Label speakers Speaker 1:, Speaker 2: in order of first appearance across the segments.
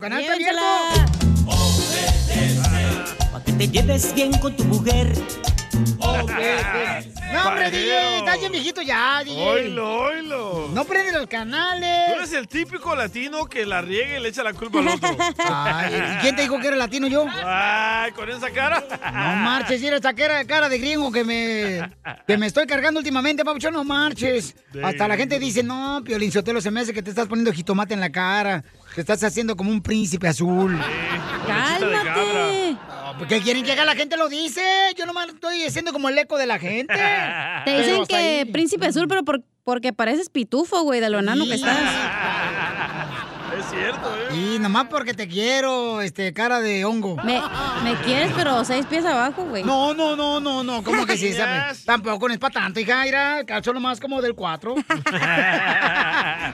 Speaker 1: ¡Canal está
Speaker 2: Piénsala.
Speaker 1: abierto!
Speaker 2: Pa' que te lleves bien con tu mujer.
Speaker 1: ¡No, hombre, DJ! ¡Estás bien viejito ya, DJ!
Speaker 3: Oilo, oilo.
Speaker 1: ¡No prende los
Speaker 3: Tú
Speaker 1: canales!
Speaker 3: eres el típico latino que la riega y le echa la culpa al otro.
Speaker 1: Ay, ¿y ¿Quién te dijo que era latino yo? No
Speaker 3: Ay, con esa cara.
Speaker 1: marches, mira esta cara, cara de gringo que me, que me estoy cargando últimamente, papuchón, no marches. Hasta la gente dice, no, Piolín Sotelo, se me hace que te estás poniendo jitomate en la cara. Te estás haciendo como un príncipe azul.
Speaker 3: Lechita de
Speaker 2: ¡Cálmate!
Speaker 1: No, ¿Por qué quieren que haga? La gente lo dice. Yo nomás estoy haciendo como el eco de la gente.
Speaker 2: Te
Speaker 1: Pero
Speaker 2: dicen
Speaker 1: hasta
Speaker 2: que
Speaker 1: ahí.
Speaker 2: príncipe azul, pero por- porque pareces pitufo, güey, de lo enano que estás.
Speaker 3: cabra. Es cierto, ¿eh?
Speaker 1: Y nomás porque te quiero, este, cara de hongo.
Speaker 2: Me, me quieres, pero seis pies abajo, güey.
Speaker 1: No, no, no, no, no, ¿cómo que sí?
Speaker 3: Yes.
Speaker 1: Sam? Tampoco no es para tanto, hija, era calzó nomás como del 4.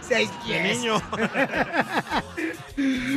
Speaker 1: Seis
Speaker 3: De
Speaker 1: pies.
Speaker 3: niño.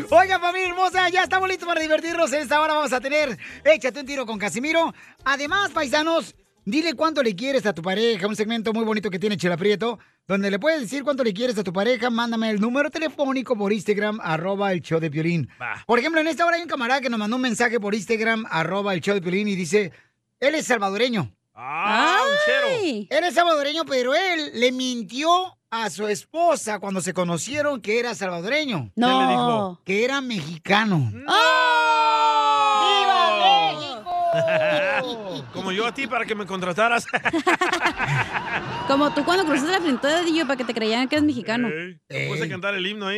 Speaker 1: Oiga, familia hermosa, ya estamos listos para divertirnos. En esta hora vamos a tener Échate un tiro con Casimiro. Además, paisanos, dile cuánto le quieres a tu pareja. Un segmento muy bonito que tiene Chela Prieto, donde le puedes decir cuánto le quieres a tu pareja. Mándame el número telefónico por Instagram, arroba el show de Piolín.
Speaker 3: Va.
Speaker 1: Por ejemplo, en esta hora hay un camarada que nos mandó un mensaje por Instagram, arroba el show de Piolín, y dice, él es salvadoreño.
Speaker 3: Ah, un
Speaker 2: Ay.
Speaker 1: Él es salvadoreño, pero él le mintió a su esposa cuando se conocieron que era salvadoreño,
Speaker 3: ¿Qué le
Speaker 2: No.
Speaker 3: dijo? Mm.
Speaker 1: que era mexicano.
Speaker 3: chero. Como yo a ti para que me contrataras.
Speaker 2: Como tú cuando cruzaste la frontera de para que te creían que eres mexicano.
Speaker 3: Ey,
Speaker 1: Ey.
Speaker 3: Puse a cantar el himno ahí.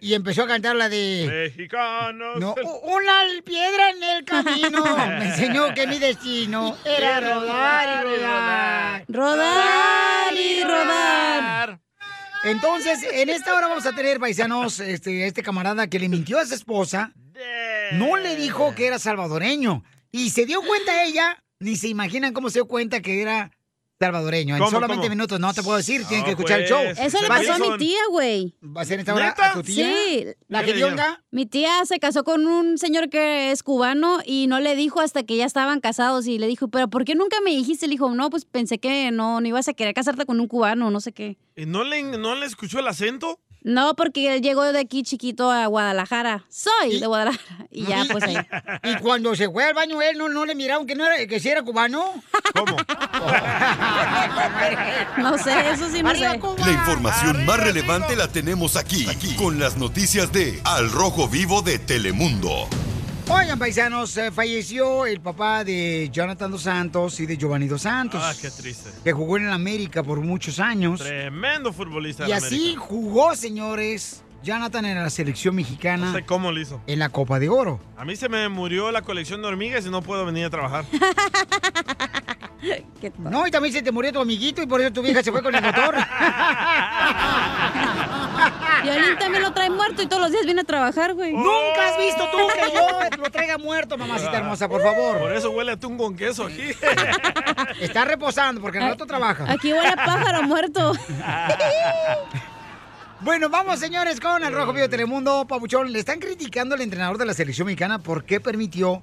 Speaker 1: Y, y empezó a cantar la de...
Speaker 3: Mexicanos.
Speaker 1: No, u- una piedra en el camino me enseñó que mi destino era rodar y rodar.
Speaker 2: Rodar y rodar.
Speaker 1: Entonces, en esta hora vamos a tener, paisanos, este, este camarada que le mintió a su esposa, no le dijo que era salvadoreño. Y se dio cuenta ella, ni se imaginan cómo se dio cuenta que era salvadoreño. En
Speaker 3: ¿Cómo,
Speaker 1: solamente
Speaker 3: cómo?
Speaker 1: minutos, no te puedo decir, tienen
Speaker 3: No,
Speaker 1: que escuchar el
Speaker 3: pues.
Speaker 1: show.
Speaker 2: Eso le
Speaker 1: Va a
Speaker 2: pasó a
Speaker 1: ser-
Speaker 2: mi tía, güey.
Speaker 1: Va a ser en esta hora
Speaker 3: ¿Neta?
Speaker 1: a tu tía.
Speaker 2: Sí.
Speaker 1: La
Speaker 3: ¿Qué
Speaker 1: que
Speaker 3: le
Speaker 1: dio
Speaker 3: dijeron?
Speaker 1: onda.
Speaker 2: Mi tía se casó con un señor que es cubano y no le dijo hasta que ya estaban casados y le dijo, pero ¿por qué nunca me dijiste? Le dijo, no, pues pensé que no, no ibas a querer casarte con un cubano, no sé qué.
Speaker 3: ¿Y no le, no le escuchó el acento?
Speaker 2: No, porque él llegó de aquí chiquito a Guadalajara. Soy
Speaker 1: Y-
Speaker 2: de Guadalajara. Y ya, pues ahí.
Speaker 1: Y cuando se fue al baño, él no, no le miraron que, no era, que si era cubano.
Speaker 3: ¿Cómo?
Speaker 2: No sé, eso sí no
Speaker 1: Arriba,
Speaker 2: sé.
Speaker 1: Cuba.
Speaker 4: La información
Speaker 3: Arriba,
Speaker 4: más relevante la tenemos aquí, con las noticias de Al Rojo Vivo de Telemundo.
Speaker 1: Oigan, paisanos, eh, falleció el papá de Jonathan Dos Santos y de Giovanni Dos Santos,
Speaker 3: Ah, qué triste.
Speaker 1: que jugó en el América por muchos años.
Speaker 3: Tremendo futbolista.
Speaker 1: Y
Speaker 3: de
Speaker 1: así
Speaker 3: América.
Speaker 1: jugó, señores, Jonathan en la selección
Speaker 3: No sé
Speaker 1: mexicana
Speaker 3: cómo lo hizo.
Speaker 1: en la Copa de Oro.
Speaker 3: A mí se me murió la colección de hormigas y no puedo venir a trabajar.
Speaker 2: Qué to-
Speaker 1: No, y también se te murió tu amiguito y por eso tu vieja se fue con el motor.
Speaker 2: Violín también lo trae muerto y todos los días viene a trabajar, güey.
Speaker 1: Nunca has visto tú que yo lo traiga muerto,
Speaker 3: Ah.
Speaker 1: mamacita hermosa, por favor.
Speaker 3: Por eso huele a atún con queso aquí.
Speaker 1: Está reposando porque el
Speaker 2: Ay,
Speaker 1: rato trabaja.
Speaker 2: Aquí huele a pájaro muerto.
Speaker 1: Bueno, vamos, señores, con el Rojo Vivo de Telemundo. Papuchón, le están criticando al entrenador de la selección mexicana por qué permitió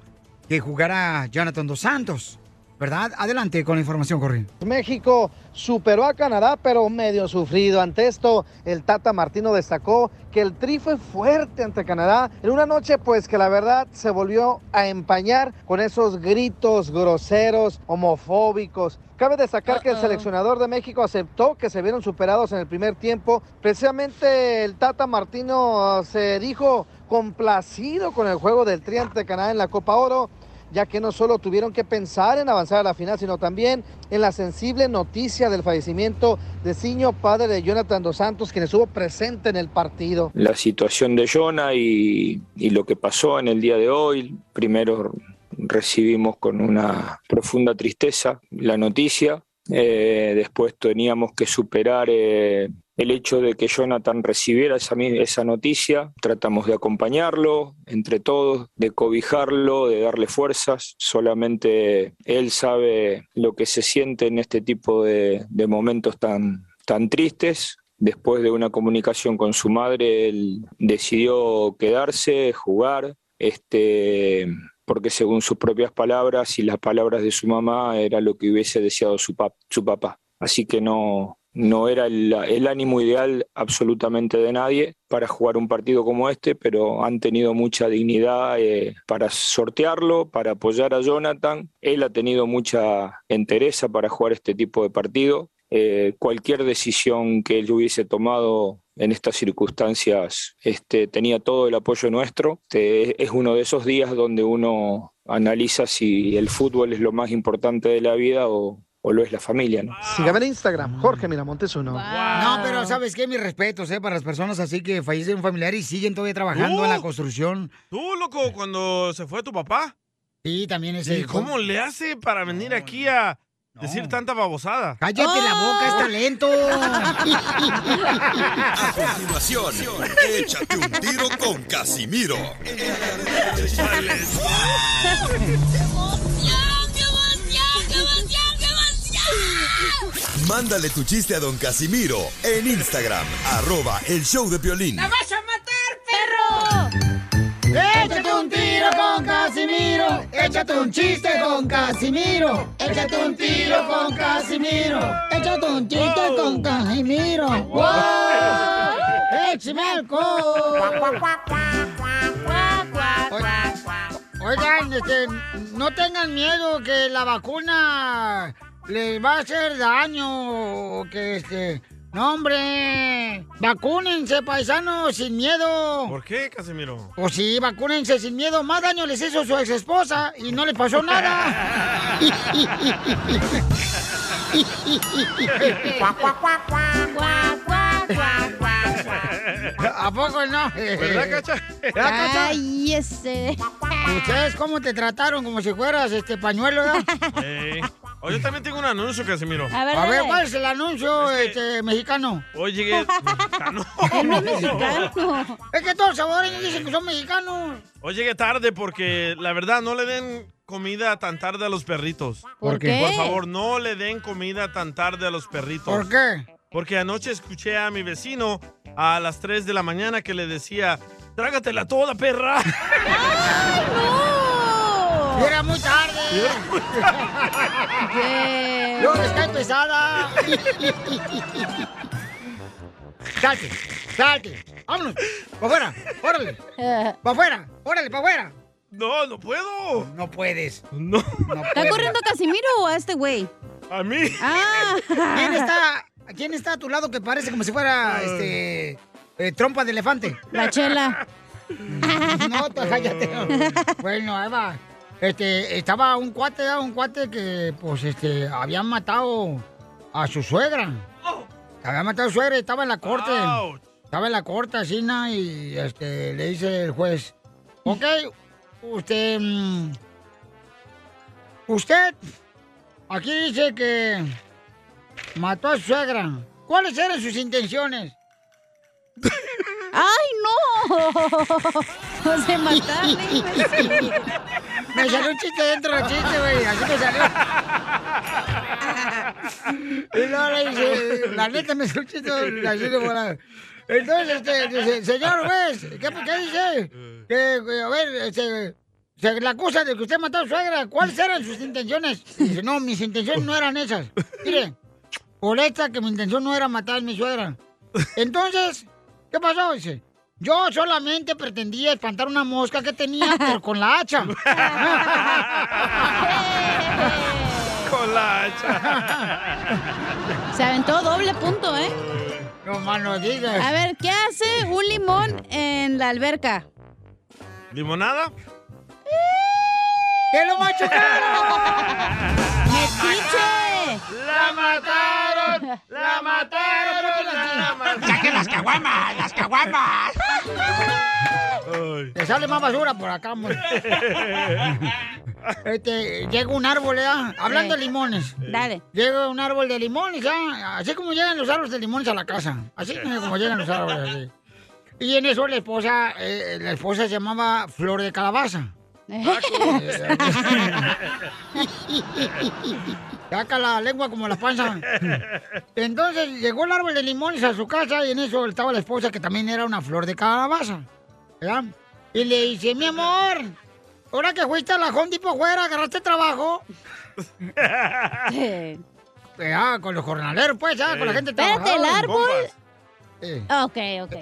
Speaker 1: que jugara Jonathan Dos Santos. ¿verdad? Adelante con la información, Corrín.
Speaker 5: México superó a Canadá, pero medio sufrido. Ante esto, el Tata Martino destacó que el tri fue fuerte ante Canadá en una noche, pues que la verdad se volvió a empañar con esos gritos groseros, homofóbicos. Cabe destacar que el seleccionador de México aceptó que se vieron superados en el primer tiempo. Precisamente el Tata Martino eh, se dijo complacido con el juego del tri ante Canadá en la Copa Oro ya que no solo tuvieron que pensar en avanzar a la final, sino también en la sensible noticia del fallecimiento de Ciño, padre de Jonathan Dos Santos, quien estuvo presente en el partido.
Speaker 6: la situación de Jonah y, y lo que pasó en el día de hoy. Primero recibimos con una profunda tristeza la noticia. Eh, después teníamos que superar eh, el hecho de que Jonathan recibiera esa, mi- esa noticia. Tratamos de acompañarlo entre todos, de cobijarlo, de darle fuerzas. Solamente él sabe lo que se siente en este tipo de, de momentos tan, tan tristes. Después de una comunicación con su madre, él decidió quedarse, jugar, este, porque según sus propias palabras y las palabras de su mamá era lo que hubiese deseado su, pap- su papá. Así que no, no era el, el ánimo ideal absolutamente de nadie para jugar un partido como este, pero han tenido mucha dignidad eh, para sortearlo, para apoyar a Jonathan. Él ha tenido mucha entereza para jugar este tipo de partido. Eh, cualquier decisión que él hubiese tomado en estas circunstancias este, tenía todo el apoyo nuestro. Este, es uno de esos días donde uno analiza si el fútbol es lo más importante de la vida o, o lo es la familia. ¿no?
Speaker 5: Sígame en Instagram, Jorge Miramontes uno.
Speaker 1: No, pero ¿sabes qué? Mis respetos, ¿eh? Para las personas así que fallecen un familiar y siguen todavía trabajando
Speaker 3: Uh.
Speaker 1: en la construcción.
Speaker 3: ¿Tú, loco, cuando se fue tu papá?
Speaker 1: Sí, pues, también ese.
Speaker 3: ¿Y cómo le hace para venir aquí a decir tanta babosada?
Speaker 1: Cállate la boca, es talento.
Speaker 4: A continuación, échate un tiro con Casimiro. Mándale tu chiste a don Casimiro en Instagram, arroba el show de violín.
Speaker 7: vas a matar, perro!
Speaker 1: Échate un tiro con Casimiro. Échate un chiste con Casimiro. Échate un tiro con Casimiro. Échate un chiste con Casimiro. ¡Wow! ¡Échame alcohol! O- Oigan, este, no tengan miedo que la vacuna les va a hacer daño. o Que este. No, hombre. Vacúnense, paisanos, sin miedo.
Speaker 3: ¿Por qué, Casimiro?
Speaker 1: O Pues sí, vacúnense sin miedo. Más daño les hizo su ex esposa y no les pasó nada. ¿A poco no?
Speaker 7: ¿Verdad, Eh, Cacha?
Speaker 1: ¿Verdad, Cacha?
Speaker 2: Ay, ese.
Speaker 1: ¿Ustedes cómo te trataron? Como si fueras este pañuelo, ¿verdad?
Speaker 3: Eh, oh, yo también tengo un anuncio, Casimiro.
Speaker 1: A ver, ¿cuál es el anuncio este, mexicano?
Speaker 3: Hoy llegué.
Speaker 1: no es mexicano. Es que todos los salvadoreños dicen que son mexicanos.
Speaker 3: Hoy llegué tarde porque la verdad no le den comida tan tarde a los perritos.
Speaker 1: ¿Por qué?
Speaker 3: Por favor, no le den comida tan tarde a los perritos.
Speaker 1: ¿Por qué?
Speaker 3: Porque anoche escuché a mi vecino a las 3 de la mañana que le decía, trágatela toda, perra.
Speaker 1: Y Era muy tarde. Yo está pesada. salte, salte. Vámonos. Para afuera, órale. Para afuera, órale, para afuera.
Speaker 3: No, no puedo.
Speaker 1: No puedes.
Speaker 3: No.
Speaker 2: ¿Está corriendo a Casimiro o a este güey?
Speaker 3: A mí.
Speaker 2: Ah.
Speaker 1: ¿Quién está, ¿Quién está a tu lado que parece como si fuera este eh, trompa de elefante?
Speaker 2: La chela.
Speaker 1: No, tú cállate. bueno, ahí va. Pues Este, estaba un cuate, ¿verdad? un cuate que, pues, este, habían matado a su suegra. Habían matado a su suegra y estaba en la corte. Estaba en la corte, así, ¿no? y este, le dice el juez, ok, usted, mm, usted, aquí dice que mató a su suegra. ¿Cuáles eran sus intenciones?
Speaker 2: ¡Ay, no! No sé matarle. imbécil.
Speaker 1: Me salió un chiste dentro del chiste, güey. Así me salió. Y luego le dice, la neta me salió un chiste así de volada. Entonces, este, dice, señor, juez, ¿qué, qué dice? Que, que, a ver, este, se la acusa de que usted mató a su suegra. ¿Cuáles eran sus intenciones? Dice, no, mis intenciones no eran esas. Mire, molesta que mi intención no era matar a mi suegra. Entonces, ¿qué pasó? Dice, yo solamente pretendía espantar una mosca que tenía, pero con la hacha.
Speaker 3: con la hacha.
Speaker 2: Se aventó doble punto, ¿eh?
Speaker 1: No más no digas.
Speaker 2: A ver, ¿qué hace un limón en la alberca?
Speaker 3: ¿Limonada?
Speaker 1: ¡Que lo machucaron! eh.
Speaker 2: ¡Metiche!
Speaker 7: ¡La mataron! ¡La mataron! ¡La mataron!
Speaker 1: ¡Saquen las caguamas! ¡Las caguamas! Te sale más basura por acá, amor. Este, llega un árbol, ¿ya? Hablando de limones.
Speaker 2: Dale.
Speaker 1: Llega un árbol de limones, ¿ya? Así como llegan los árboles de limones a la casa. Así como llegan los árboles, así. Y en eso la esposa, eh, la esposa se llamaba Flor de Calabaza. Saca la lengua como la panza. Entonces llegó el árbol de limones a su casa y en eso estaba la esposa que también era una flor de calabaza. ¿verdad? Y le dice, mi amor, ahora que fuiste a la Home Depot fuera, agarraste trabajo. ¿verdad? Eh, Con los jornaleros, pues, ¿verdad? con la gente
Speaker 2: Espérate, el árbol. Eh. Ok, ok.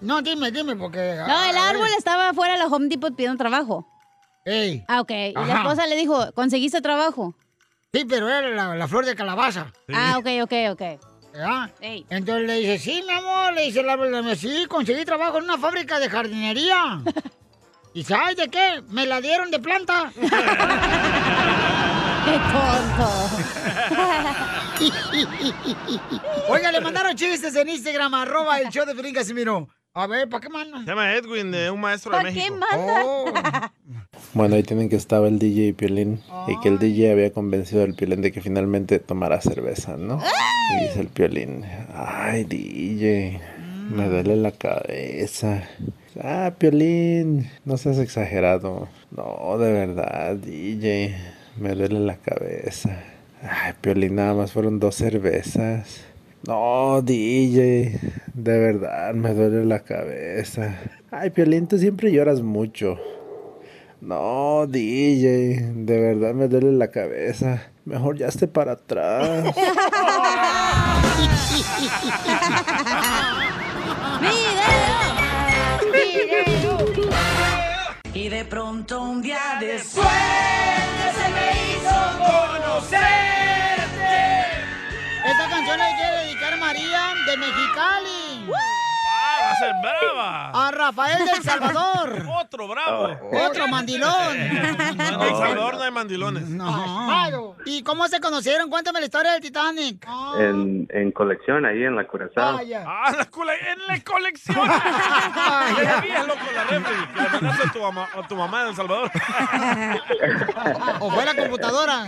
Speaker 1: No, dime, dime, porque...
Speaker 2: No, el árbol estaba fuera de la Home Depot pidiendo trabajo.
Speaker 1: Ey.
Speaker 2: Ah, ok. Y Ajá. la esposa le dijo, ¿conseguiste trabajo?
Speaker 1: Sí, pero era la, la flor de calabaza.
Speaker 2: Sí. Ah, ok, ok, ok.
Speaker 1: ¿Ah? Ey. Entonces le dice, sí, mi amor, le dice el árbol, de sí, conseguí trabajo en una fábrica de jardinería. ¿Y sabes de qué? Me la dieron de planta.
Speaker 2: ¡Qué
Speaker 1: tonto! Oiga, le mandaron chistes en Instagram, arroba el show de Felipe Casimiro. A ver, ¿para qué manda?
Speaker 3: Se llama Edwin, de un maestro de México.
Speaker 2: ¿Para qué manda?
Speaker 8: Oh. bueno, ahí tienen que estaba el DJ y Piolín. Ay. Y que el DJ había convencido al Piolín de que finalmente tomara cerveza, ¿no? Ay. Y dice el Piolín, ay, DJ, mm. me duele la cabeza. Ah, Piolín, no seas exagerado. No, de verdad, DJ, me duele la cabeza. Ay, Piolín, nada más fueron dos cervezas. No, DJ, de verdad me duele la cabeza. Ay, Piolín, tú siempre lloras mucho. No, DJ, de verdad me duele la cabeza. Mejor ya esté para atrás.
Speaker 7: ¡Video! ¡Video! Y de pronto un día después se me hizo conocerte.
Speaker 1: Esta canción la quiere dedicar María de Mexicali.
Speaker 3: Ah, va a ser brava.
Speaker 1: A Rafael del Salvador.
Speaker 3: Otro bravo.
Speaker 1: Oh, Otro mandilón.
Speaker 3: en El Salvador no hay mandilones.
Speaker 1: No. ¿Y cómo se conocieron? Cuéntame la historia del Titanic.
Speaker 9: Oh. En, en, colección, ahí en la Curazao.
Speaker 3: Ah, yeah. ah la cole en la colección. Ya loco la refri. Le mandaste a tu, mamá, a tu mamá en El Salvador.
Speaker 1: Ah, o fue la computadora.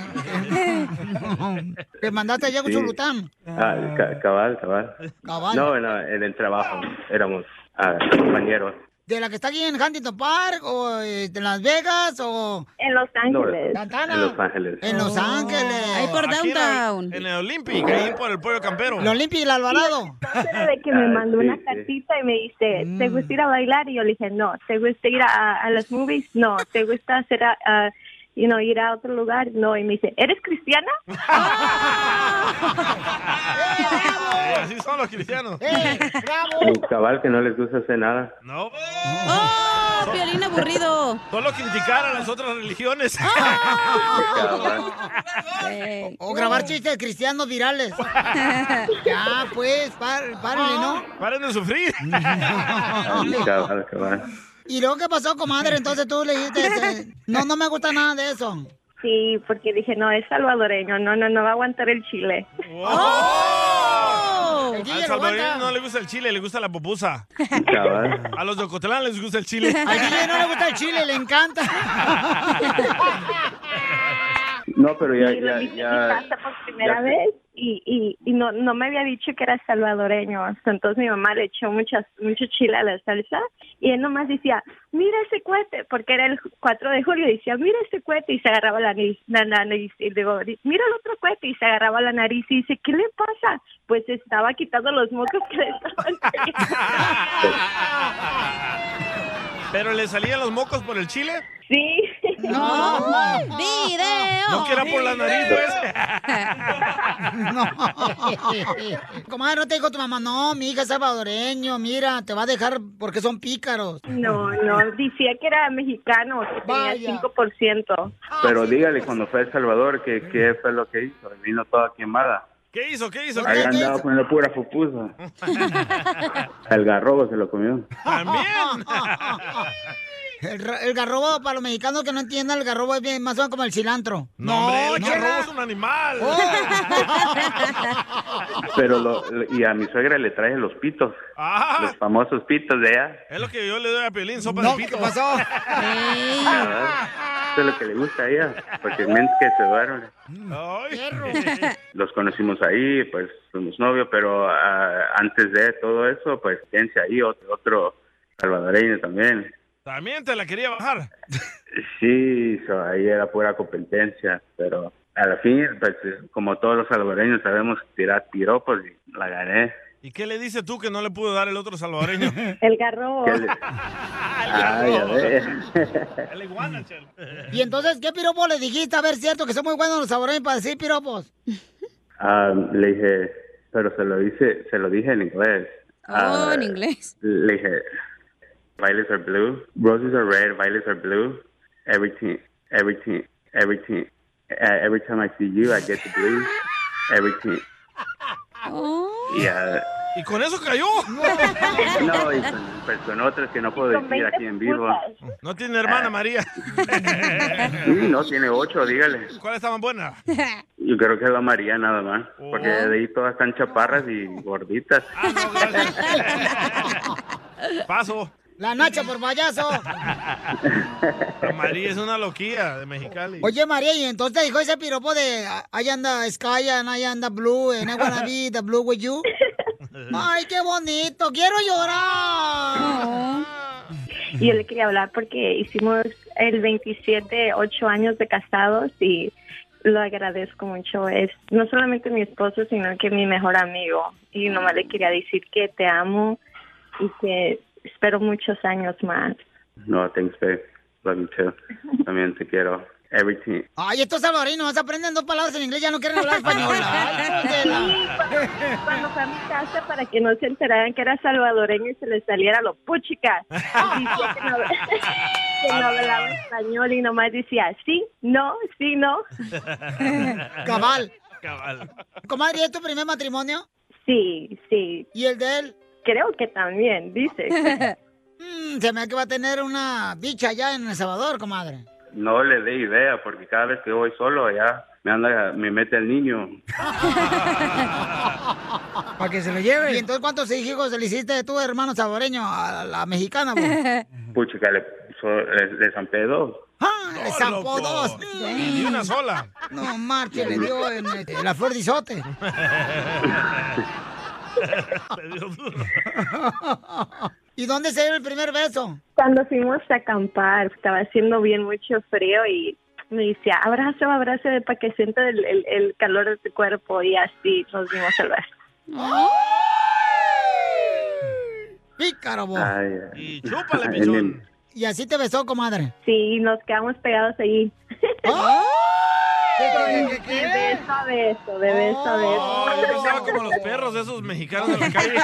Speaker 1: Te mandaste allá con sí. Zulután.
Speaker 9: Ah, ca cabal, cabal, cabal. No, no, en el trabajo éramos ah, compañeros.
Speaker 1: ¿De la que está aquí en Huntington Park o eh, de Las Vegas o...?
Speaker 10: En Los Ángeles.
Speaker 1: No,
Speaker 9: en Los Ángeles.
Speaker 1: En Los Ángeles.
Speaker 2: Ahí por Downtown.
Speaker 3: En, el Olympic, oh. ahí por el pueblo campero.
Speaker 1: El Olympic y el Alvarado. Mm.
Speaker 10: Y de que me mandó ah, sí, una cartita sí. y me dice, ¿te gusta ir a bailar? Y yo le dije, no. ¿Te gusta ir a, a las movies? No. ¿Te gusta hacer... A, a y no ir a otro lugar, no. Y me dice, ¿eres cristiana?
Speaker 3: ¡Eh, Ah, así son los cristianos.
Speaker 1: ¡Eh, bravo!
Speaker 9: El cabal que no les gusta hacer nada.
Speaker 3: No.
Speaker 2: ¡Oh, oh violín aburrido!
Speaker 3: Solo criticar a las otras religiones. ¡Ah!
Speaker 1: Oh, o, o, grabar chistes cristianos virales. ya, pues, pá, párenle, ¿no?
Speaker 3: Paren de sufrir.
Speaker 9: Ay, cabal, cabal.
Speaker 1: ¿Y luego qué pasó, comadre? Entonces tú le dijiste, este, no, no me gusta nada de eso.
Speaker 10: Sí, porque dije, no, es salvadoreño, no, no, no va a aguantar el chile.
Speaker 3: Wow. ¡Oh! El Al salvadoreño no le gusta el chile, le gusta la pupusa.
Speaker 9: Cabal.
Speaker 3: A los de Ocotlán les gusta el chile.
Speaker 1: Al chile no le gusta el chile, le encanta.
Speaker 9: No, pero ya,
Speaker 10: y
Speaker 9: ya,
Speaker 10: vi
Speaker 9: Ah, ya,
Speaker 10: mi casa por primera ya. vez y, y, y no, no me había dicho que era salvadoreño. Entonces mi mamá le echó muchas, mucho chile a la salsa y él nomás decía, mira ese cohete, porque era el 4 de julio, y decía, mira ese cohete y se agarraba la nariz, la nariz y digo, mira el otro cohete y se agarraba la nariz y dice, ¿qué le pasa? Pues estaba quitando los mocos que le estaban
Speaker 3: ¿Pero le salían los mocos por el chile?
Speaker 10: Sí.
Speaker 7: No.
Speaker 2: ¡Video!
Speaker 3: No que era por la nariz, pues.
Speaker 1: Comadre, no te dijo tu mamá, no, mi hija es salvadoreño, mira, te va a dejar porque son pícaros.
Speaker 10: No, no, decía que era mexicano, que tenía 5%.
Speaker 9: Pero dígale cuando fue a El Salvador que qué fue lo que hizo. Vino toda quemada.
Speaker 3: ¿Qué hizo? ¿Qué hizo?
Speaker 9: Ahí andaba poniendo pura pupusa. El garrobo se lo comió.
Speaker 1: El, ra- el garrobo, para los mexicanos que no entiendan, el garrobo es bien- más o menos como el cilantro.
Speaker 3: No, hombre, el
Speaker 1: Oh, chela. Oh.
Speaker 3: garrobo es un animal.
Speaker 9: Pero lo- lo- y a mi suegra le traje los pitos.
Speaker 1: Ah.
Speaker 9: Los famosos pitos de ella.
Speaker 3: Es lo que yo le doy a Piolín, sopa de pito.
Speaker 1: pasó?
Speaker 9: Eso es lo que le gusta a ella. Porque menos que se duerme. Los conocimos ahí, pues fuimos novios, pero ah, antes de todo eso, pues tense ahí otro, otro salvadoreño también.
Speaker 3: También te la quería bajar.
Speaker 9: Sí, so, ahí era pura competencia, pero a la fin, pues, como todos los salvadoreños sabemos tirar piropos y la gané.
Speaker 3: ¿Y qué le dices tú que no le pudo dar el otro salvadoreño?
Speaker 10: El garrobo.
Speaker 9: ¿Qué le- Ay, a ver.
Speaker 1: Y entonces, ¿qué piropo le dijiste? A ver, cierto, que son muy buenos los saboreños para decir piropos.
Speaker 9: Ah, le dije, pero se lo dice, se lo dije en inglés. Ah,
Speaker 1: inglés.
Speaker 9: Le dije, violets are blue, roses are red, violets are blue. Everything, everything, everything. Uh, every time I see you, I get the blues. Everything. Yeah.
Speaker 3: ¿Y con eso cayó?
Speaker 9: No, y con, pues, con otras que no puedo
Speaker 3: con
Speaker 9: decir
Speaker 3: 20
Speaker 9: aquí en vivo.
Speaker 3: No tiene hermana María.
Speaker 9: Sí, no, tiene ocho, dígale.
Speaker 3: ¿Cuál está más buena?
Speaker 9: Yo creo que es la María nada más, porque de ahí todas están chaparras y gorditas.
Speaker 3: Paso.
Speaker 1: La Nacha por payaso.
Speaker 3: La María es una loquía de Mexicali.
Speaker 1: Oye, María, y entonces te dijo ese piropo de "Ah, ahí anda Sky, and ahí anda Blue, en I wanna be the blue with you. Ay, qué bonito, quiero llorar.
Speaker 10: Y yo le quería hablar porque hicimos el 27, 8 años de casados y lo agradezco mucho. Es no solamente mi esposo, sino que mi mejor amigo. Y nomás le quería decir que te amo y que espero muchos años más.
Speaker 9: No, thanks, babe. Love you too. También te quiero. Everything.
Speaker 1: Ay, estos salvadoreños más aprenden dos palabras en inglés, ya no quieren hablar español. Ay, hijos de la-
Speaker 10: Cuando fue a mi casa para que no se enteraran que era salvadoreño y se les saliera lo puchica. Dijo que no, que no hablaba español y nomás decía sí, no, sí, no.
Speaker 1: Cabal.
Speaker 3: Cabal.
Speaker 1: Comadre, ¿es tu primer matrimonio?
Speaker 10: Sí, sí.
Speaker 1: ¿Y el de él?
Speaker 10: Creo que también, dice.
Speaker 1: Mm, se me hace que va a tener una bicha allá en El Salvador, comadre.
Speaker 9: No le dé idea, porque cada vez que voy solo allá, me anda, me mete el niño.
Speaker 1: Para que se lo lleve. ¿Y entonces cuántos hijos le hiciste de tu hermano saboreño a la mexicana, pues? güey?
Speaker 9: Pucha, que le, eh, so- le, le zampé dos.
Speaker 1: ¡Ah! Le zampó dos.
Speaker 3: Y una sola.
Speaker 1: No, marche, le dio en, en la flor de isote. ¿Y dónde se dio el primer beso?
Speaker 10: Cuando fuimos a acampar, estaba haciendo bien mucho frío y me decía, abrazo, abrazo, para que sienta el, el- el calor de tu cuerpo y así nos dimos el beso.
Speaker 1: Pícaro, vos.
Speaker 9: Ay,
Speaker 3: ay.
Speaker 9: Ay, ni-
Speaker 1: ¿Y así te besó, comadre?
Speaker 10: Sí, nos quedamos pegados ahí.
Speaker 1: ¿Qué,
Speaker 10: qué, De beso a beso, de beso a
Speaker 3: Oh, yo
Speaker 10: beso.
Speaker 3: pensaba como los perros esos mexicanos de la calle.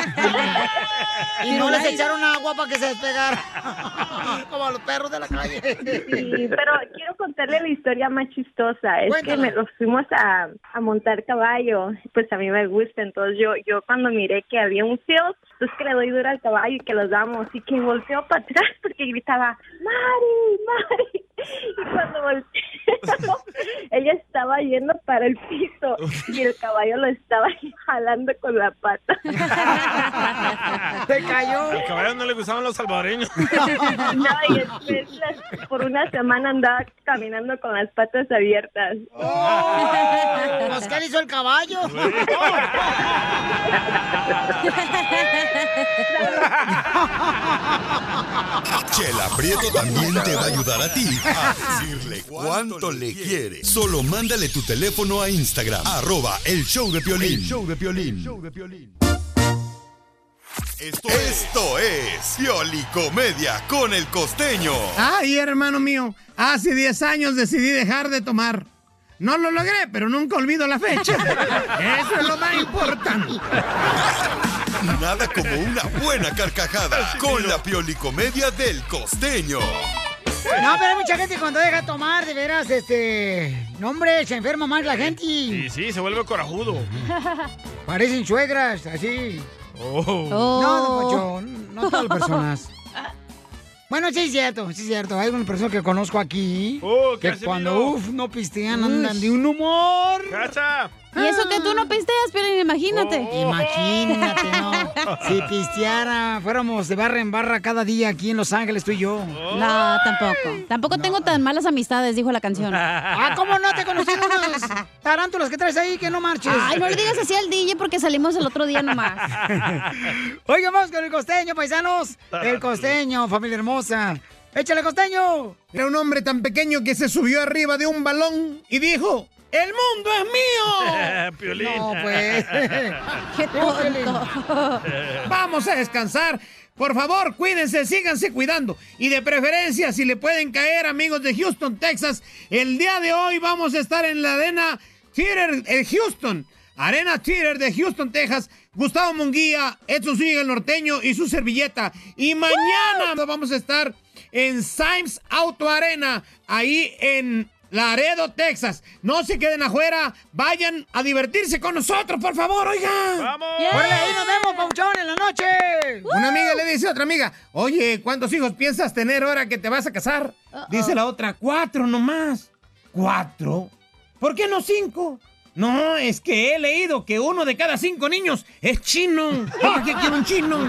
Speaker 1: Y no les echaron agua para que se despegara. Como a los perros de la
Speaker 10: Sí,
Speaker 1: calle.
Speaker 10: pero quiero contarle la historia más chistosa. Es
Speaker 1: Cuéntala.
Speaker 10: que me, nos fuimos a, a montar caballo. Pues a mí me gusta. Entonces yo yo cuando miré que había un field, pues que le doy duro al caballo y que los damos. Y que volteó para atrás porque gritaba, ¡Mari, Mari! Y cuando volteó, ella estaba yendo para el piso y el caballo lo estaba jalando con la pata.
Speaker 1: Se cayó.
Speaker 3: Al caballo no le gustaban los salvadoreños.
Speaker 10: No, y después las- por una semana andaba caminando con las patas abiertas.
Speaker 1: ¡Oh! Pues, ¿qué le hizo el caballo?
Speaker 4: Chela Prieto también te va a ayudar a ti a decirle cuánto le quiere. Solo mándale tu teléfono a Instagram, arroba el show de Piolín. show de Piolín. Esto, Esto es Piolicomedia con el costeño.
Speaker 11: Ay, hermano mío, hace 10 años decidí dejar de tomar. No lo logré, pero nunca olvido la fecha. Eso es lo más importante.
Speaker 4: Nada como una buena carcajada con la Piolicomedia del costeño.
Speaker 1: No, pero hay mucha gente cuando deja de tomar, de veras, este. No, hombre, se enferma más la gente.
Speaker 3: Sí, sí, se vuelve corajudo.
Speaker 1: Parecen suegras, así.
Speaker 3: Oh.
Speaker 1: No, don Poncho, no todas las personas. Bueno, sí es cierto, sí es cierto. Hay una persona que conozco aquí que
Speaker 3: Casimiro.
Speaker 1: cuando uf, no pistean, andan
Speaker 2: Ush.
Speaker 1: de un humor.
Speaker 2: Y eso que tú no pisteas, pero imagínate.
Speaker 1: Imagínate, ¿no? Si pisteara, fuéramos de barra en barra cada día aquí en Los Ángeles, tú y yo.
Speaker 2: No, tampoco. Tampoco tengo tan malas amistades, dijo la canción.
Speaker 1: Ah, ¿cómo no te conocí unos tarántulas que traes ahí que no marches?
Speaker 2: Ay, no le digas así al DJ porque salimos el otro día nomás.
Speaker 1: Oiga, vamos con el costeño, paisanos. El
Speaker 11: Tarántulas.
Speaker 1: costeño, familia hermosa. ¡Échale, costeño!
Speaker 11: Era un hombre tan pequeño que se subió arriba de un balón y dijo: ¡El mundo es mío!
Speaker 3: Piolín.
Speaker 11: No, pues.
Speaker 2: ¡Qué tonto!
Speaker 11: Vamos a descansar. Por favor, cuídense, síganse cuidando. Y de preferencia, si le pueden caer, amigos de Houston, Texas, el día de hoy vamos a estar en la arena Theater en Houston. Arena Theater de Houston, Texas. Gustavo Munguía, Edson Zúñiga el norteño y su servilleta. Y mañana vamos a estar en Symes Auto Arena, ahí en Laredo, Texas. No se queden afuera, vayan a divertirse con nosotros, por favor, oigan. ¡Vamos!
Speaker 1: ¡Órale, ahí nos vemos, Pauchón, en la noche!
Speaker 11: Una amiga le dice a otra amiga, oye, ¿cuántos hijos piensas tener ahora que te vas a casar? Dice la otra, cuatro nomás. ¿Cuatro? ¿Por qué no cinco? No, es que he leído que uno de cada cinco niños es chino. ¿Por qué quiero un chino?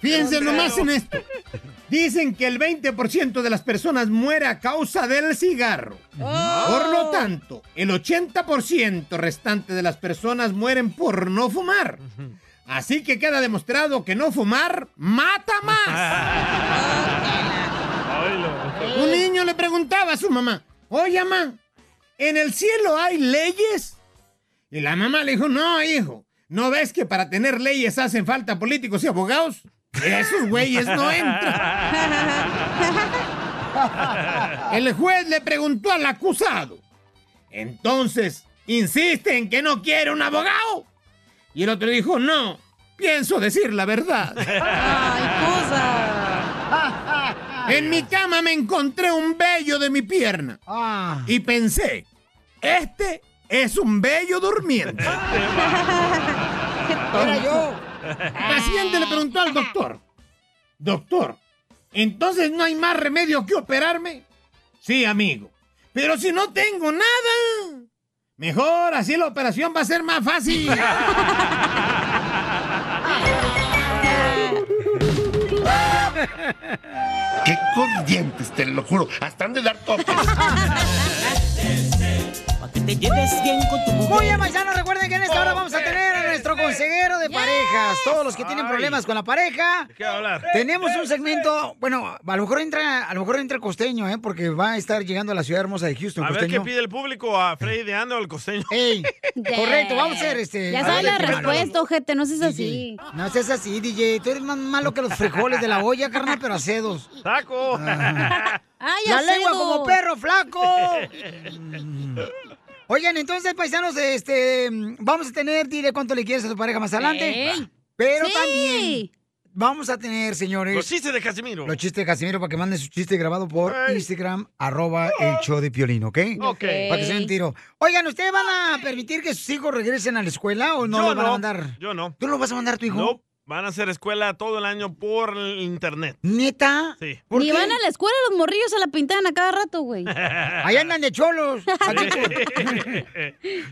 Speaker 11: Fíjense nomás en esto. Dicen que el 20% de las personas muere a causa del cigarro.
Speaker 7: Oh.
Speaker 11: Por lo tanto, el 80% restante de las personas mueren por no fumar. Así que queda demostrado que no fumar mata más. Un niño le preguntaba a su mamá, oye mamá, ¿en el cielo hay leyes? Y la mamá le dijo, no, hijo, ¿no ves que para tener leyes hacen falta políticos y abogados? Esos güeyes no entran. El juez le preguntó al acusado, entonces, ¿insiste en que no quiere un abogado? Y el otro dijo, no, pienso decir la verdad. En mi cama me encontré un vello de mi pierna.
Speaker 1: Ah.
Speaker 11: Y pensé, este es un vello durmiente.
Speaker 7: Era yo.
Speaker 11: El paciente le preguntó al doctor, doctor, ¿entonces no hay más remedio que operarme? Sí, amigo, pero si no tengo nada, mejor así la operación va a ser más fácil.
Speaker 12: ¡Qué corrientes, te lo juro! ¡Hasta han de dar topes!
Speaker 1: Te lleves bien con tu Muy bien, paisanos, recuerden que en esta hora vamos a tener a nuestro consejero de parejas. Todos los que tienen problemas con la pareja.
Speaker 3: ¿Qué hablar?
Speaker 1: Tenemos un segmento, bueno, a lo mejor entra, a lo mejor entra el costeño, ¿eh? Porque va a estar llegando a la ciudad hermosa de Houston,
Speaker 3: A ver qué
Speaker 1: costeño.
Speaker 3: pide el público a Freddy de Ando al costeño.
Speaker 1: Correcto, vamos a hacer este.
Speaker 2: Ya sabes la respuesta,
Speaker 1: ojete, no seas así. No seas así, DJ. Tú eres más malo que los frijoles de la olla, carnal, pero acedos. Ah.
Speaker 3: ¡Taco!
Speaker 2: Ay,
Speaker 1: la
Speaker 2: acedo.
Speaker 1: lengua como perro flaco. Oigan, entonces, paisanos, este, mm, vamos a tener, dile cuánto le quieres a tu pareja más adelante.
Speaker 3: Ey.
Speaker 1: Pero
Speaker 3: Sí.
Speaker 1: también vamos a tener, señores.
Speaker 3: Los chistes de Casimiro.
Speaker 1: Los chistes de Casimiro para que manden su chiste grabado por Instagram, arroba el show de Piolín, ¿ok?
Speaker 3: Ok.
Speaker 1: Para que se den un tiro. Oigan, ¿ustedes van a permitir que sus hijos regresen a la escuela o no
Speaker 3: Yo
Speaker 1: los van a mandar?
Speaker 3: Yo no.
Speaker 1: ¿Tú lo vas a mandar a tu hijo?
Speaker 3: No, van a hacer escuela todo el año por el internet.
Speaker 1: ¿Neta?
Speaker 3: Sí.
Speaker 2: Ni van a la escuela, los morrillos se la pintan a cada rato, güey.
Speaker 3: Ahí
Speaker 1: andan de cholos.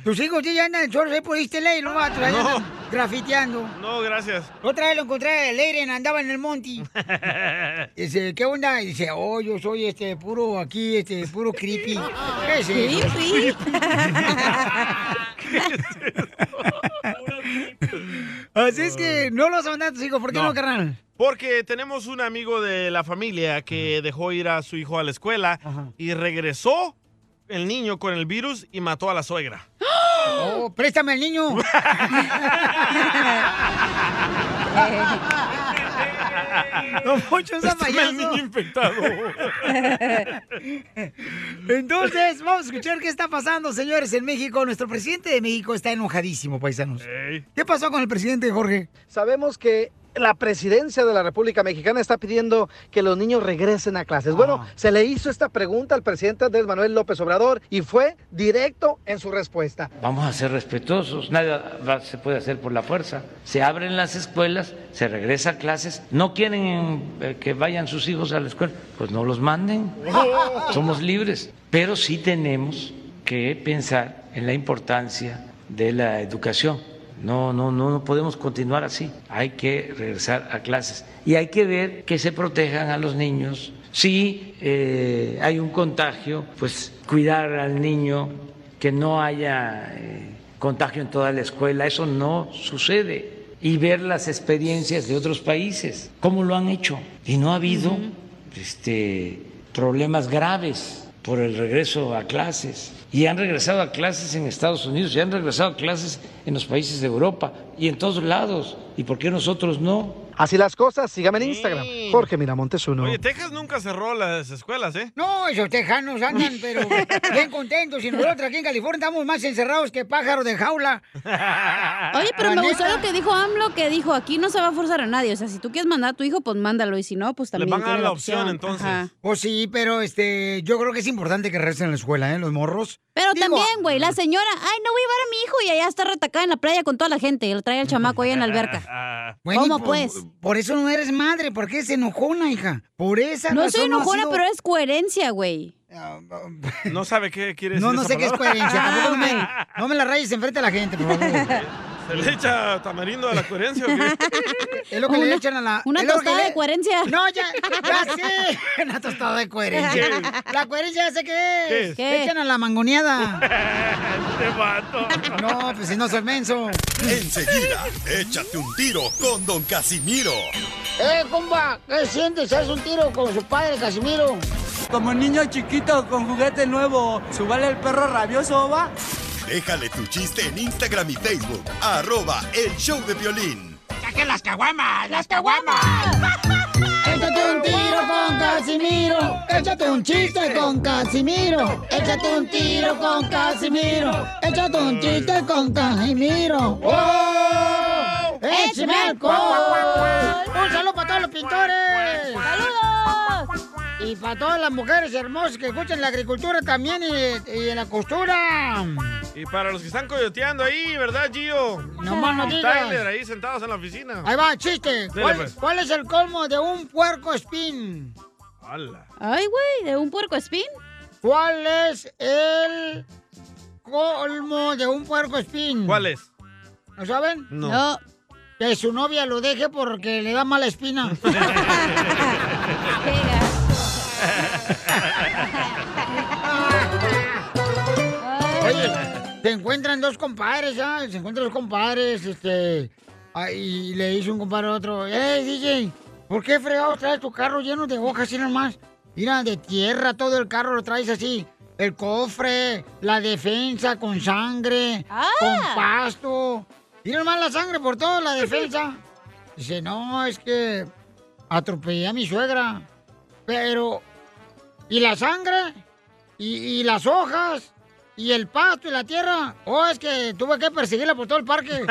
Speaker 1: Tus hijos sí ya andan en cholos, ahí por este ley, no va a traer
Speaker 3: No.
Speaker 1: grafiteando.
Speaker 3: No, gracias.
Speaker 1: Otra vez lo encontré el Leiren, andaba en el monte. Dice, ¿qué onda? Y dice, oh, yo soy este puro aquí, este puro creepy. ¿Qué es eso?
Speaker 7: Creepy.
Speaker 1: Así es que no los mandan a tus hijos, ¿por qué no, carnal?
Speaker 3: Porque tenemos un amigo de la familia que dejó ir a su hijo a la escuela y regresó el niño con el virus y mató a la suegra.
Speaker 1: Oh, préstame al niño. No, Poncho
Speaker 3: Este
Speaker 1: es
Speaker 7: Préstame al niño
Speaker 1: infectado. Entonces, vamos a escuchar qué está pasando, señores, en México. Nuestro presidente de México está enojadísimo, paisanos. ¿Qué pasó con el presidente, Jorge?
Speaker 5: Sabemos que la presidencia de la República Mexicana está pidiendo que los niños regresen a clases. Bueno,
Speaker 1: Ah.
Speaker 5: se le hizo esta pregunta al presidente Andrés Manuel López Obrador y fue directo en su respuesta.
Speaker 13: Vamos a ser respetuosos, nada va- se puede hacer por la fuerza. Se abren las escuelas, se regresa a clases. ¿No quieren eh, que vayan sus hijos a la escuela? Pues no los manden. Somos libres, pero sí tenemos que pensar en la importancia de la educación. No, no, no, no podemos continuar así. Hay que regresar a clases y hay que ver que se protejan a los niños. Si eh, hay un contagio, pues cuidar al niño, que no haya eh, contagio en toda la escuela. Eso no sucede. Y ver las experiencias de otros países, cómo lo han hecho. Y no ha habido este, problemas graves por el regreso a clases. Y han regresado a clases en Estados Unidos, y han regresado a clases en los países de Europa y en todos lados. ¿Y por qué nosotros no?
Speaker 5: Así las cosas, sígame en Instagram, Jorge Miramontes uno.
Speaker 3: Oye, Texas nunca cerró las escuelas, ¿eh?
Speaker 1: No, esos tejanos andan, pero bien contentos. Y nosotros aquí en California estamos más encerrados que pájaros de jaula.
Speaker 2: Oye, pero
Speaker 1: La
Speaker 2: me gustó
Speaker 1: Ah, neta.
Speaker 2: lo que dijo AMLO, que dijo, aquí no se va a forzar a nadie. O sea, si tú quieres mandar a tu hijo, pues mándalo. Y si no, pues también tiene Ajá.
Speaker 1: Pues sí, pero este, yo creo que es importante que regresen a la escuela, ¿eh? Los morros.
Speaker 2: Pero también, güey, la señora, ay, no voy a llevar a mi hijo y allá está retacada en la playa con toda la gente. Y lo trae al chamaco ahí en la alberca.
Speaker 7: Ah,
Speaker 1: Bueno, y
Speaker 2: ¿Cómo,
Speaker 1: por-
Speaker 2: pues?
Speaker 1: Por eso no eres madre, porque es enojona, hija. Por esa
Speaker 2: No
Speaker 1: razón
Speaker 2: soy
Speaker 1: has
Speaker 2: enojona,
Speaker 1: sido-
Speaker 2: pero es coherencia, güey.
Speaker 3: No sabe qué quiere decir.
Speaker 1: No, no
Speaker 3: esa
Speaker 1: sé qué es
Speaker 3: palabra.
Speaker 1: coherencia. tampoco no me- no me la rayes enfrente a la gente, por favor.
Speaker 3: ¿Se le echa tamarindo a la coherencia o qué?
Speaker 1: Es lo que le echan a la.
Speaker 2: una
Speaker 1: es lo que
Speaker 2: tostada de coherencia.
Speaker 1: No, ya, ya sé. Una tostada de coherencia. La coherencia ya sé qué es.
Speaker 7: ¿Qué es?
Speaker 1: Le Echan a la mangoneada.
Speaker 7: Este vato.
Speaker 1: No, pues si no soy menso.
Speaker 4: Enseguida, échate un tiro con Don Casimiro.
Speaker 1: ¡Eh, compa! ¿Qué sientes? ¿Haz un tiro con su padre, Casimiro?
Speaker 14: Como niño chiquito con juguete nuevo, subale el perro rabioso, va.
Speaker 4: Déjale tu chiste en Instagram y Facebook, arroba el show de violín.
Speaker 7: ¡Saquen las caguamas! ¡Las caguamas!
Speaker 1: Échate un tiro con Casimiro. Échate un chiste con Casimiro. Échate un tiro con Casimiro. Échate un chiste con Casimiro. ¡Oh! ¡Échame alcohol! ¡Un saludo para todos los pintores! ¡Saludos! Y para todas las mujeres hermosas que escuchan la agricultura también y, y en la costura.
Speaker 3: Y para los que están coyoteando ahí, ¿verdad, Gio?
Speaker 1: No más no
Speaker 3: Y
Speaker 1: digas.
Speaker 3: Tyler, ahí sentados en la oficina.
Speaker 1: Ahí va, chiste.
Speaker 3: Dele,
Speaker 1: ¿Cuál,
Speaker 3: pues.
Speaker 1: cuál es el colmo de un puerco espín?
Speaker 3: Ala.
Speaker 2: Ay, güey, de un puerco espín.
Speaker 1: ¿Cuál es el colmo de un puerco espín?
Speaker 3: ¿Cuál es?
Speaker 1: ¿No saben?
Speaker 3: No.
Speaker 1: Que su novia lo deje porque le da mala espina. Oye, se encuentran dos compadres, ¿ah? Se encuentran dos compadres, este. ah, Y le dice un compadre a otro, ¡Ey, DJ! ¿Por qué fregado traes tu carro lleno de hojas y nada más? Mira, de tierra todo el carro lo traes así. El cofre, la defensa con sangre, con pasto. Mira nomás la sangre por toda la defensa. Dice, no, es que atropellé a mi suegra. Pero, ¿y la sangre? ¿Y, y las hojas? ¿Y el pasto y la tierra? Oh, es que tuve que perseguirla por todo el parque.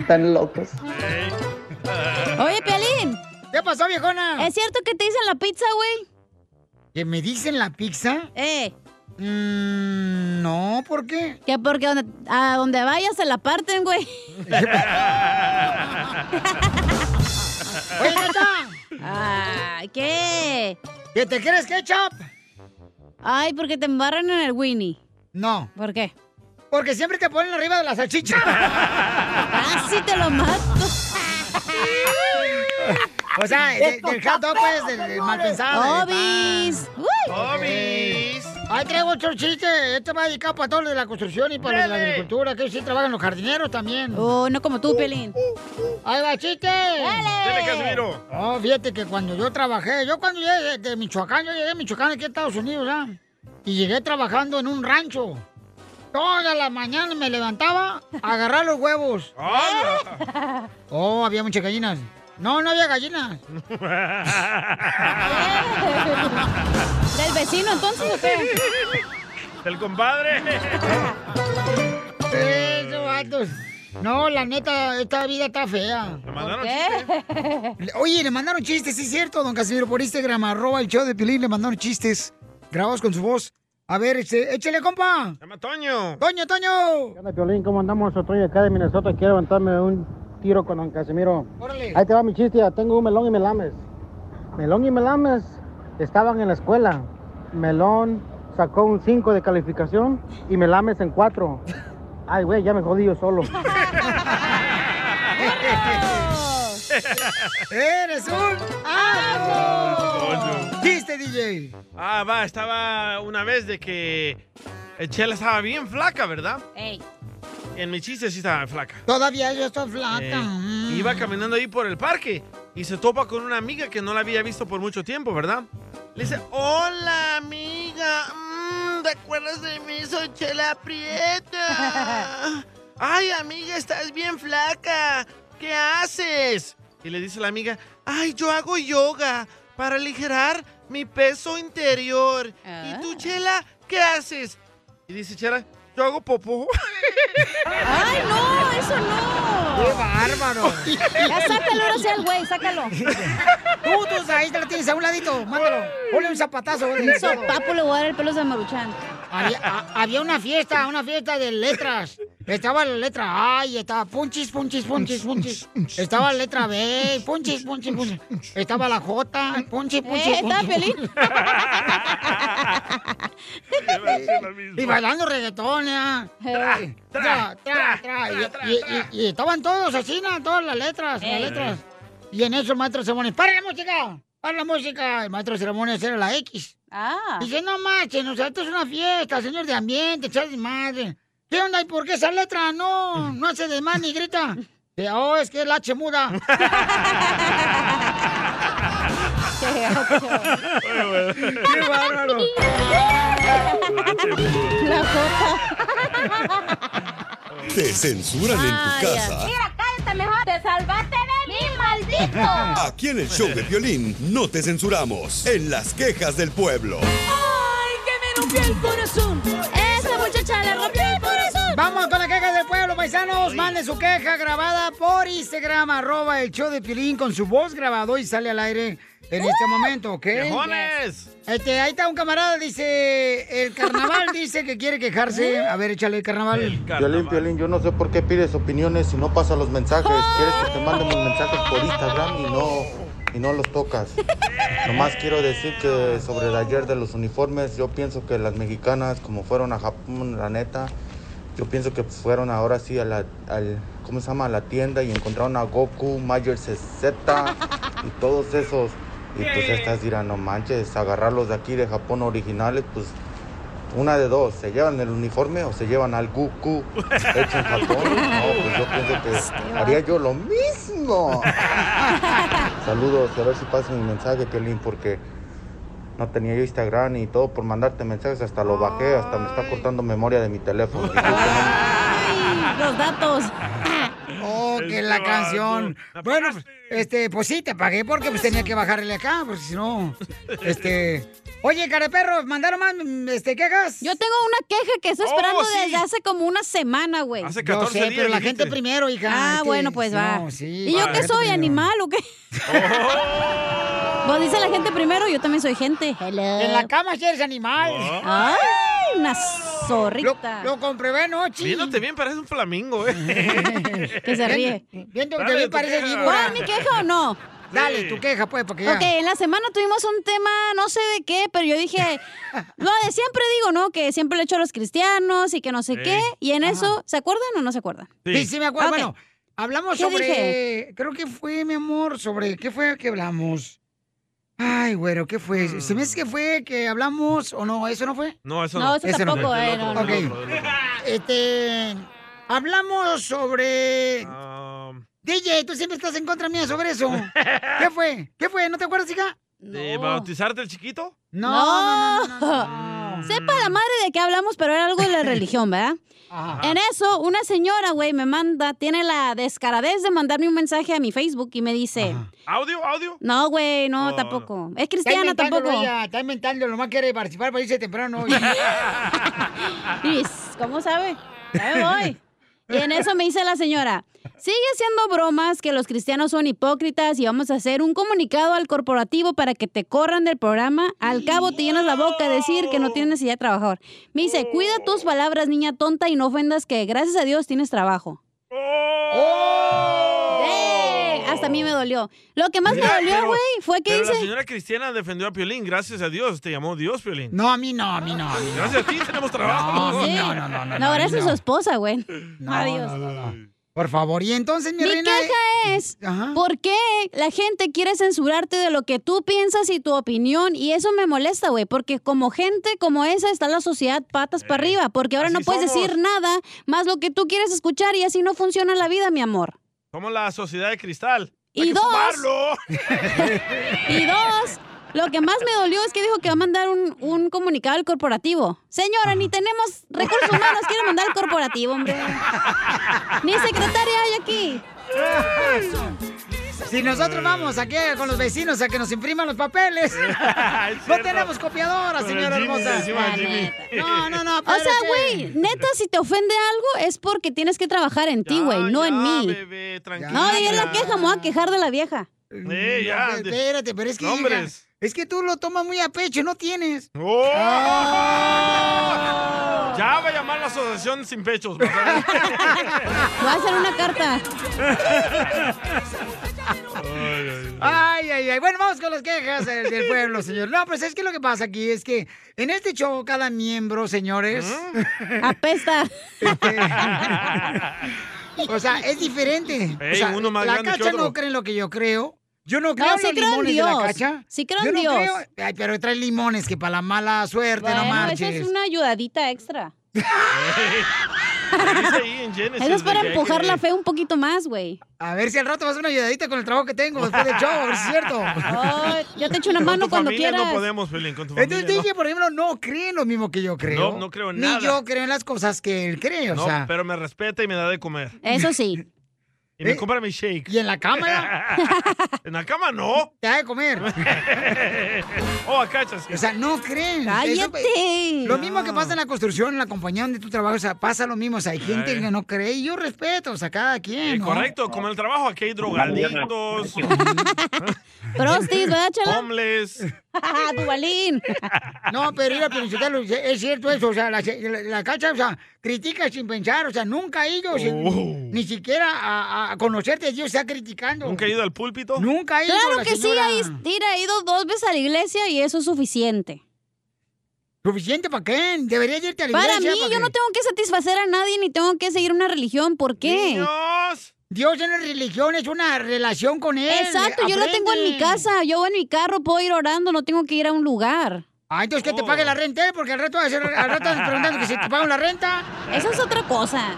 Speaker 15: Están locos.
Speaker 2: Oye, Pelín.
Speaker 1: ¿Qué pasó, viejona?
Speaker 2: ¿Es cierto que te dicen la pizza, güey?
Speaker 1: ¿Que me dicen la pizza? Mm,
Speaker 2: Eh.
Speaker 1: no, ¿por qué?
Speaker 2: Que porque donde- a donde vayas se la parten, güey.
Speaker 1: Oye, neta.
Speaker 2: Ay, ¿qué?
Speaker 1: ¿Que te quieres ketchup?
Speaker 2: Ay, porque te embarran en el Winnie.
Speaker 1: No.
Speaker 2: ¿Por qué?
Speaker 1: Porque siempre te ponen arriba de la salchicha.
Speaker 2: Casi te lo mato.
Speaker 1: O sea, de- del hot dog, pues, del, del mal pensado.
Speaker 2: Obis.
Speaker 1: Obis. Ahí traigo otro chiste. Este va dedicado para todos los de la construcción y para los de la agricultura, que sí trabajan los jardineros también. Uh,
Speaker 2: Oh, no como tú, Pelín.
Speaker 1: Ahí va, chiste.
Speaker 2: Dale, Casimiro.
Speaker 1: Oh, fíjate que cuando yo trabajé, yo cuando llegué de, de Michoacán, yo llegué de Michoacán aquí a Estados Unidos, ¿ah? Y llegué trabajando en un rancho. Todas las mañanas me levantaba a agarrar los huevos. Oh, había muchas gallinas. No, no había gallinas.
Speaker 2: ¿Del vecino entonces o qué?
Speaker 3: ¡Del compadre!
Speaker 1: Eso, vatos. No, la neta, esta vida está fea. ¿Le
Speaker 3: mandaron
Speaker 1: chistes? Oye, le mandaron chistes, sí es cierto, don Casimiro, por Instagram, arroba el show de Pilín, le mandaron chistes grabados con su voz. A ver, este, échale, compa.
Speaker 3: Llama Toño.
Speaker 1: Toño, Toño.
Speaker 15: Hola, Piolín, ¿cómo andamos? Estoy acá de Minnesota, quiero levantarme un tiro con don Casimiro.
Speaker 1: Órale.
Speaker 15: Ahí te va mi chiste, ya tengo un melón y melames. Melón y melames estaban en la escuela. Melón sacó un 5 de calificación y melames en 4. Ay, güey, ya me jodí yo solo.
Speaker 1: ¡Eres un amo! ¡Chiste, DJ!
Speaker 3: Ah, va, estaba una vez de que eh, Chela estaba bien flaca, ¿verdad?
Speaker 2: Ey.
Speaker 3: En mi chiste sí estaba flaca.
Speaker 1: Todavía yo estoy
Speaker 3: Eh,
Speaker 1: flaca.
Speaker 3: iba caminando ahí por el parque y se topa con una amiga que no la había visto por mucho tiempo, ¿verdad? Le dice, hola amiga, Mm, ¿te acuerdas de mí? Soy Chela Prieta. Ay amiga, estás bien flaca. ¿Qué haces? Y le dice la amiga, ay, yo hago yoga para aligerar mi peso interior. ¿Y tú, Chela, qué haces? Y dice Chela, yo hago popó.
Speaker 2: ¡Ay, no! ¡Eso no!
Speaker 1: ¡Qué bárbaro!
Speaker 2: Ya sácalo ahora sí al güey, sácalo.
Speaker 1: Tú, tú, ahí te lo tienes a un ladito, mándalo. Ponle un zapatazo. güey.
Speaker 2: Un sopapo le voy a dar el pelo de Maruchan.
Speaker 1: Había, a- Ah, había una fiesta, una fiesta de letras. Estaba la letra A y estaba punchis, punchis, punchis, punchis. Estaba la letra B, punchis, punchis, punchis. Estaba la J, punchis, punchis,
Speaker 2: Eh, estaba
Speaker 1: punchis.
Speaker 2: feliz.
Speaker 1: Y bailando reggaetón, ya.
Speaker 2: Eh.
Speaker 1: Tra, tra, tra. Y- y- y- Y estaban todos así, ¿no? Todas las letras, las
Speaker 7: Ey.
Speaker 1: letras. Y en eso el maestro Sermones, ¡para la música! ¡Para la música! El maestro Sermones era la X.
Speaker 2: Ah.
Speaker 1: Dice, no manchen, o sea, esto es una fiesta, señor de ambiente, echar de madre. ¿Qué onda y por qué esa letra no, no hace de más ni grita? Que, oh, es que es la H muda.
Speaker 7: ¡Qué
Speaker 1: bárbaro!
Speaker 2: La jota.
Speaker 4: Te censuran en tu casa.
Speaker 16: Mira, cállate mejor. Te salvaste de mí, maldito.
Speaker 4: Aquí en el show de violín no te censuramos. En las quejas del pueblo.
Speaker 16: Ay, que me rompió el corazón. Esa muchacha le rompió el corazón.
Speaker 1: Vamos con la queja del pueblo, paisanos. Manden su queja grabada por Instagram, arroba el show de Pilín con su voz grabado y sale al aire en
Speaker 16: ¡Uh!
Speaker 1: este momento, ¿ok?
Speaker 3: ¡Viejones!
Speaker 1: Este, ahí está un camarada, dice, el carnaval dice que quiere quejarse. A ver, échale el carnaval.
Speaker 17: Violín, Violín, yo no sé por qué pides opiniones si no pasas los mensajes.
Speaker 1: ¡Ah!
Speaker 17: Quieres que te manden los mensajes por Instagram y no, y no los tocas. Nomás quiero decir que sobre el ayer de los uniformes, yo pienso que las mexicanas, como fueron a Japón, la neta, yo pienso que fueron ahora sí a la, al, ¿cómo se llama? A la tienda y encontraron a Goku, Major CZ y todos esos. Y pues estas dirán, no manches, agarrarlos de aquí de Japón originales, pues una de dos, se llevan el uniforme o se llevan al Goku hecho en Japón. No, pues yo pienso que haría yo lo mismo. Saludos, y a ver si pasa mi mensaje, Piolín, porque no tenía yo Instagram y todo por mandarte mensajes, hasta lo bajé, hasta me está cortando memoria de mi teléfono.
Speaker 2: Los datos.
Speaker 1: Oh, que la canción. Bueno, este, pues sí, te pagué porque pues tenía que bajarle acá, porque si no, este... Oye, careperros, ¿mandaron más mm, este, quejas?
Speaker 2: Yo tengo una queja que estoy
Speaker 1: Oh,
Speaker 2: esperando
Speaker 1: sí.
Speaker 2: desde hace como una semana, güey.
Speaker 1: Hace Yo 14 sé, días pero la dijiste. gente primero, hija,
Speaker 2: Ah,
Speaker 1: es que-
Speaker 2: bueno, pues va.
Speaker 1: No, sí,
Speaker 2: ¿Y
Speaker 1: va,
Speaker 2: yo
Speaker 1: la
Speaker 2: qué
Speaker 1: gente
Speaker 2: soy,
Speaker 1: primero.
Speaker 2: animal o qué? Vos dice la gente primero, yo también soy gente. Hello.
Speaker 1: En la cama si eres animal.
Speaker 3: Ah.
Speaker 2: Ay, una zorrita.
Speaker 1: Lo, lo comprobé anoche.
Speaker 3: Viéndote bien, parece un flamingo, ¿eh?
Speaker 2: Que se ríe.
Speaker 1: Viéndote bien, parece víbora.
Speaker 2: ¿Cuál mi queja o no?
Speaker 1: Dale, tu queja, pues, porque ya.
Speaker 2: Ok, en la semana tuvimos un tema, no sé de qué, pero yo dije, lo de siempre digo, ¿no? Que siempre le echo a los cristianos y que no sé
Speaker 1: Sí.
Speaker 2: qué. Y en eso, ¿se acuerdan o no se acuerdan?
Speaker 1: Sí, sí, me acuerdo.
Speaker 2: Ok.
Speaker 1: Bueno, hablamos
Speaker 2: ¿Qué
Speaker 1: sobre.
Speaker 2: dije?
Speaker 1: Creo que fue, mi amor, sobre. ¿Qué fue que hablamos? Ay, güero, ¿qué fue? ¿Se me hace que fue que hablamos o no? ¿Eso no fue?
Speaker 3: No, eso no. No, eso tampoco, eh, no, no,
Speaker 1: Ok.
Speaker 3: del otro, del otro.
Speaker 1: Este. Hablamos sobre.
Speaker 3: Um.
Speaker 1: DJ, tú siempre estás en contra mía sobre eso. ¿Qué fue? ¿Qué fue? ¿No te acuerdas, hija?
Speaker 3: ¿De bautizarte el chiquito?
Speaker 1: No,
Speaker 2: no, no,
Speaker 1: Mm.
Speaker 2: Sepa la madre de qué hablamos, pero era algo de la religión, ¿verdad? En eso, una señora, güey, me manda, tiene la descaradez de mandarme un mensaje a mi Facebook y me dice,
Speaker 3: ¿Audio? ¿Audio?
Speaker 2: no, güey, no, tampoco. Es cristiana
Speaker 1: Está
Speaker 2: tampoco.
Speaker 1: inventándolo ella, está inventando, lo más quiere participar para irse temprano hoy.
Speaker 2: Is, ¿Cómo sabe? Ahí voy. Y en eso me dice la señora, sigue haciendo bromas que los cristianos son hipócritas y vamos a hacer un comunicado al corporativo para que te corran del programa. Al cabo te llenas la boca a decir que no tienes necesidad de trabajar. Me dice, cuida tus palabras, niña tonta, y no ofendas que gracias a Dios tienes trabajo. ¡Eh! Hasta a mí me dolió. Lo que más me
Speaker 3: Mira,
Speaker 2: dolió,
Speaker 3: pero-
Speaker 2: güey, fue que
Speaker 3: pero
Speaker 2: dice...
Speaker 3: La señora cristiana defendió a Piolín, gracias a Dios. Te llamó Dios, Piolín.
Speaker 1: No, a mí no, a mí no. a mí no.
Speaker 3: Gracias a ti tenemos trabajo.
Speaker 1: No, sí. no, no, no, no,
Speaker 2: No, ahora es
Speaker 1: no.
Speaker 2: su esposa, güey. Adiós.
Speaker 1: Por favor, y entonces, mi,
Speaker 2: Mi
Speaker 1: reina. eh.
Speaker 2: queja es, ¿por qué la gente quiere censurarte de lo que tú piensas y tu opinión? Y eso me molesta, güey, porque como gente como esa está la sociedad patas
Speaker 1: Eh,
Speaker 2: para arriba, porque ahora no
Speaker 3: así
Speaker 2: puedes
Speaker 3: somos.
Speaker 2: decir nada más lo que tú quieres escuchar y así no funciona la vida, mi amor.
Speaker 3: Somos la sociedad de cristal.
Speaker 2: Y
Speaker 3: ¡Hay que
Speaker 2: dos.
Speaker 3: fumarlo!
Speaker 2: Y dos, lo que más me dolió es que dijo que va a mandar un, un comunicado al corporativo. Señora, ni tenemos recursos humanos, quiere mandar al corporativo, hombre. Ni secretaria hay aquí.
Speaker 1: Si nosotros vamos aquí con los vecinos a que nos impriman los papeles. no tenemos copiadora,
Speaker 16: Con el
Speaker 1: señora
Speaker 16: Jimmy,
Speaker 1: hermosa.
Speaker 16: encima del Jimmy.
Speaker 1: No, no, no.
Speaker 2: O sea,
Speaker 1: espérate.
Speaker 2: güey, neta, si te ofende algo es porque tienes que trabajar en ti, güey, no en mí. no, y es la queja, me voy a quejar de la vieja.
Speaker 3: Eh, ya,
Speaker 1: No, Espérate, pero es que.
Speaker 3: Nombres. ¡Oh!
Speaker 1: hija, Es que tú lo tomas muy a pecho, no tienes.
Speaker 2: Ah,
Speaker 3: Ya va a llamar la asociación sin pechos. vas a ver.
Speaker 2: Voy a hacer una carta.
Speaker 1: Ay, ay, ay. Bueno, vamos con las quejas del, del pueblo, señor. No, pues es que lo que pasa aquí es que en este show cada miembro, señores.
Speaker 2: ¿Mm? Apesta.
Speaker 1: o sea, es diferente.
Speaker 3: Ey,
Speaker 1: O sea,
Speaker 3: uno más
Speaker 1: la
Speaker 3: grande que
Speaker 1: cacha no
Speaker 3: otro.
Speaker 1: cree en lo que yo creo. Yo no
Speaker 2: No,
Speaker 1: creo en
Speaker 2: sí
Speaker 1: los
Speaker 2: creo en
Speaker 1: limones de la
Speaker 2: Dios.
Speaker 1: cacha.
Speaker 2: Sí creo
Speaker 1: Yo
Speaker 2: en
Speaker 1: no
Speaker 2: Dios.
Speaker 1: creo- Ay, pero trae limones que para la mala suerte no
Speaker 2: Bueno,
Speaker 1: marches.
Speaker 2: eso es una ayudadita extra.
Speaker 3: Dice ahí en Genesis
Speaker 2: Eso es para
Speaker 3: de que hay
Speaker 2: empujar
Speaker 3: que-
Speaker 2: la fe un poquito más, güey.
Speaker 1: A ver si al rato vas a una ayudadita con el trabajo que tengo después del pues, show, a ver si es cierto.
Speaker 2: Ay, yo te echo una
Speaker 3: Con
Speaker 2: mano
Speaker 3: tu
Speaker 2: cuando
Speaker 3: familia
Speaker 2: quieras.
Speaker 3: No podemos, Piolín, con tu familia.
Speaker 1: Entonces dije, por ejemplo, no cree en lo mismo que yo creo.
Speaker 3: No, no creo en
Speaker 1: Ni
Speaker 3: nada.
Speaker 1: yo creo en las cosas que él cree,
Speaker 3: no.
Speaker 1: o
Speaker 3: No,
Speaker 1: sea.
Speaker 3: pero me respeta y me da de comer.
Speaker 2: Eso sí.
Speaker 3: Y me
Speaker 1: Eh,
Speaker 3: compra mi shake.
Speaker 1: ¿Y en la cámara?
Speaker 3: en la cama no.
Speaker 1: Te ha de comer.
Speaker 3: oh, acá, chas.
Speaker 1: O sea, no creen.
Speaker 3: ¡Cállate!
Speaker 1: Eso, eh, lo mismo que pasa en la construcción, en la compañía donde tú trabajas, o sea, pasa lo mismo. O sea, hay gente
Speaker 3: Eh.
Speaker 1: que no cree y yo respeto, o sea, cada quien.
Speaker 3: Eh,
Speaker 1: ¿no?
Speaker 3: correcto, como en el trabajo aquí hay drogadictos,
Speaker 2: Prostis, ¿verdad, chala?
Speaker 3: homeless.
Speaker 2: Dubalín.
Speaker 1: No, pero mira, pero Chitalo, es cierto eso, o sea, la, la- la cacha, o sea, critica sin pensar, o sea, nunca ellos,
Speaker 3: Oh.
Speaker 1: ni siquiera a, a conocerte a Dios, está criticando.
Speaker 3: ¿Nunca ha ido al púlpito?
Speaker 1: Nunca ha ido
Speaker 2: Claro
Speaker 1: la
Speaker 2: que sí,
Speaker 1: señora.
Speaker 2: ahí tira, ha ido dos veces a la iglesia y eso es suficiente.
Speaker 1: ¿Suficiente para qué? Debería irte a la
Speaker 2: Para mí,
Speaker 1: iglesia, ¿pa'
Speaker 2: yo
Speaker 1: qué?
Speaker 2: no tengo que satisfacer a nadie ni tengo que seguir una religión. ¿Por qué?
Speaker 3: ¡Dios!
Speaker 1: Dios en la religión es una relación con él.
Speaker 2: Exacto, yo lo tengo en mi
Speaker 1: aprende.
Speaker 2: casa, yo voy en mi carro, puedo ir orando, no tengo que ir a un lugar.
Speaker 1: Ah, entonces que te pague
Speaker 3: Oh.
Speaker 1: la renta, ¿eh? porque al rato, vas a ser- al rato andas preguntando que si te pagan la renta.
Speaker 2: Eso es otra cosa.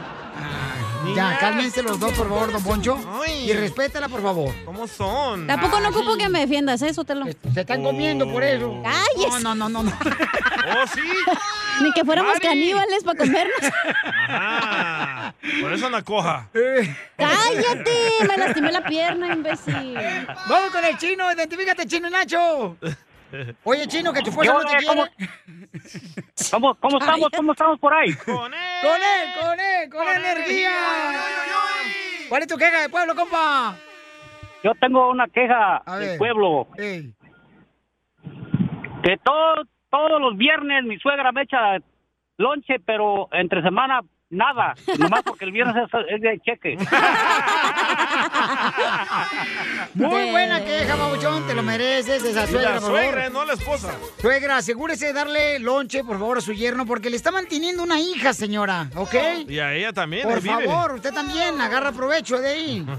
Speaker 1: Ya, cálmense los dos, por favor, don Poncho. Y respétala, por favor.
Speaker 3: ¿Cómo son?
Speaker 2: Tampoco no ocupo que me defiendas, eso te lo.
Speaker 1: Se están comiendo por eso.
Speaker 2: ¡Cállese!
Speaker 1: No, no, no, no. no.
Speaker 3: ¡Oh, sí!
Speaker 2: Ni que fuéramos
Speaker 3: Mari.
Speaker 2: caníbales para comernos.
Speaker 3: Ajá. Por eso anda coja.
Speaker 2: ¡Cállate! Me lastimé la pierna, imbécil.
Speaker 1: Vamos con el chino, identifícate, chino Nacho. Oye, chino, que tu fuerza
Speaker 18: Yo,
Speaker 1: no te
Speaker 18: eh,
Speaker 1: quiere.
Speaker 18: ¿cómo- ¿Cómo, cómo estamos? ¿Cómo estamos por ahí?
Speaker 1: Con él, con él, con, energía. ¿Cuál es tu queja de pueblo, compa?
Speaker 18: Yo tengo una queja
Speaker 1: ver.
Speaker 18: del pueblo.
Speaker 1: Ey.
Speaker 18: Que todo- todos los viernes mi suegra me echa lonche, pero entre semana nada. Nomás porque el viernes es, es de cheque.
Speaker 1: Muy buena queja, babuchón, te lo mereces, esa
Speaker 3: Y
Speaker 1: suegra,
Speaker 3: la
Speaker 1: por
Speaker 3: suegra,
Speaker 1: favor.
Speaker 3: no la esposa.
Speaker 1: Suegra, asegúrese de darle lonche, por favor, a su yerno, porque le está manteniendo una hija, señora, ¿ok?
Speaker 3: Y a ella también.
Speaker 1: Por
Speaker 3: ahí vive.
Speaker 1: favor, usted también, agarra provecho de ahí.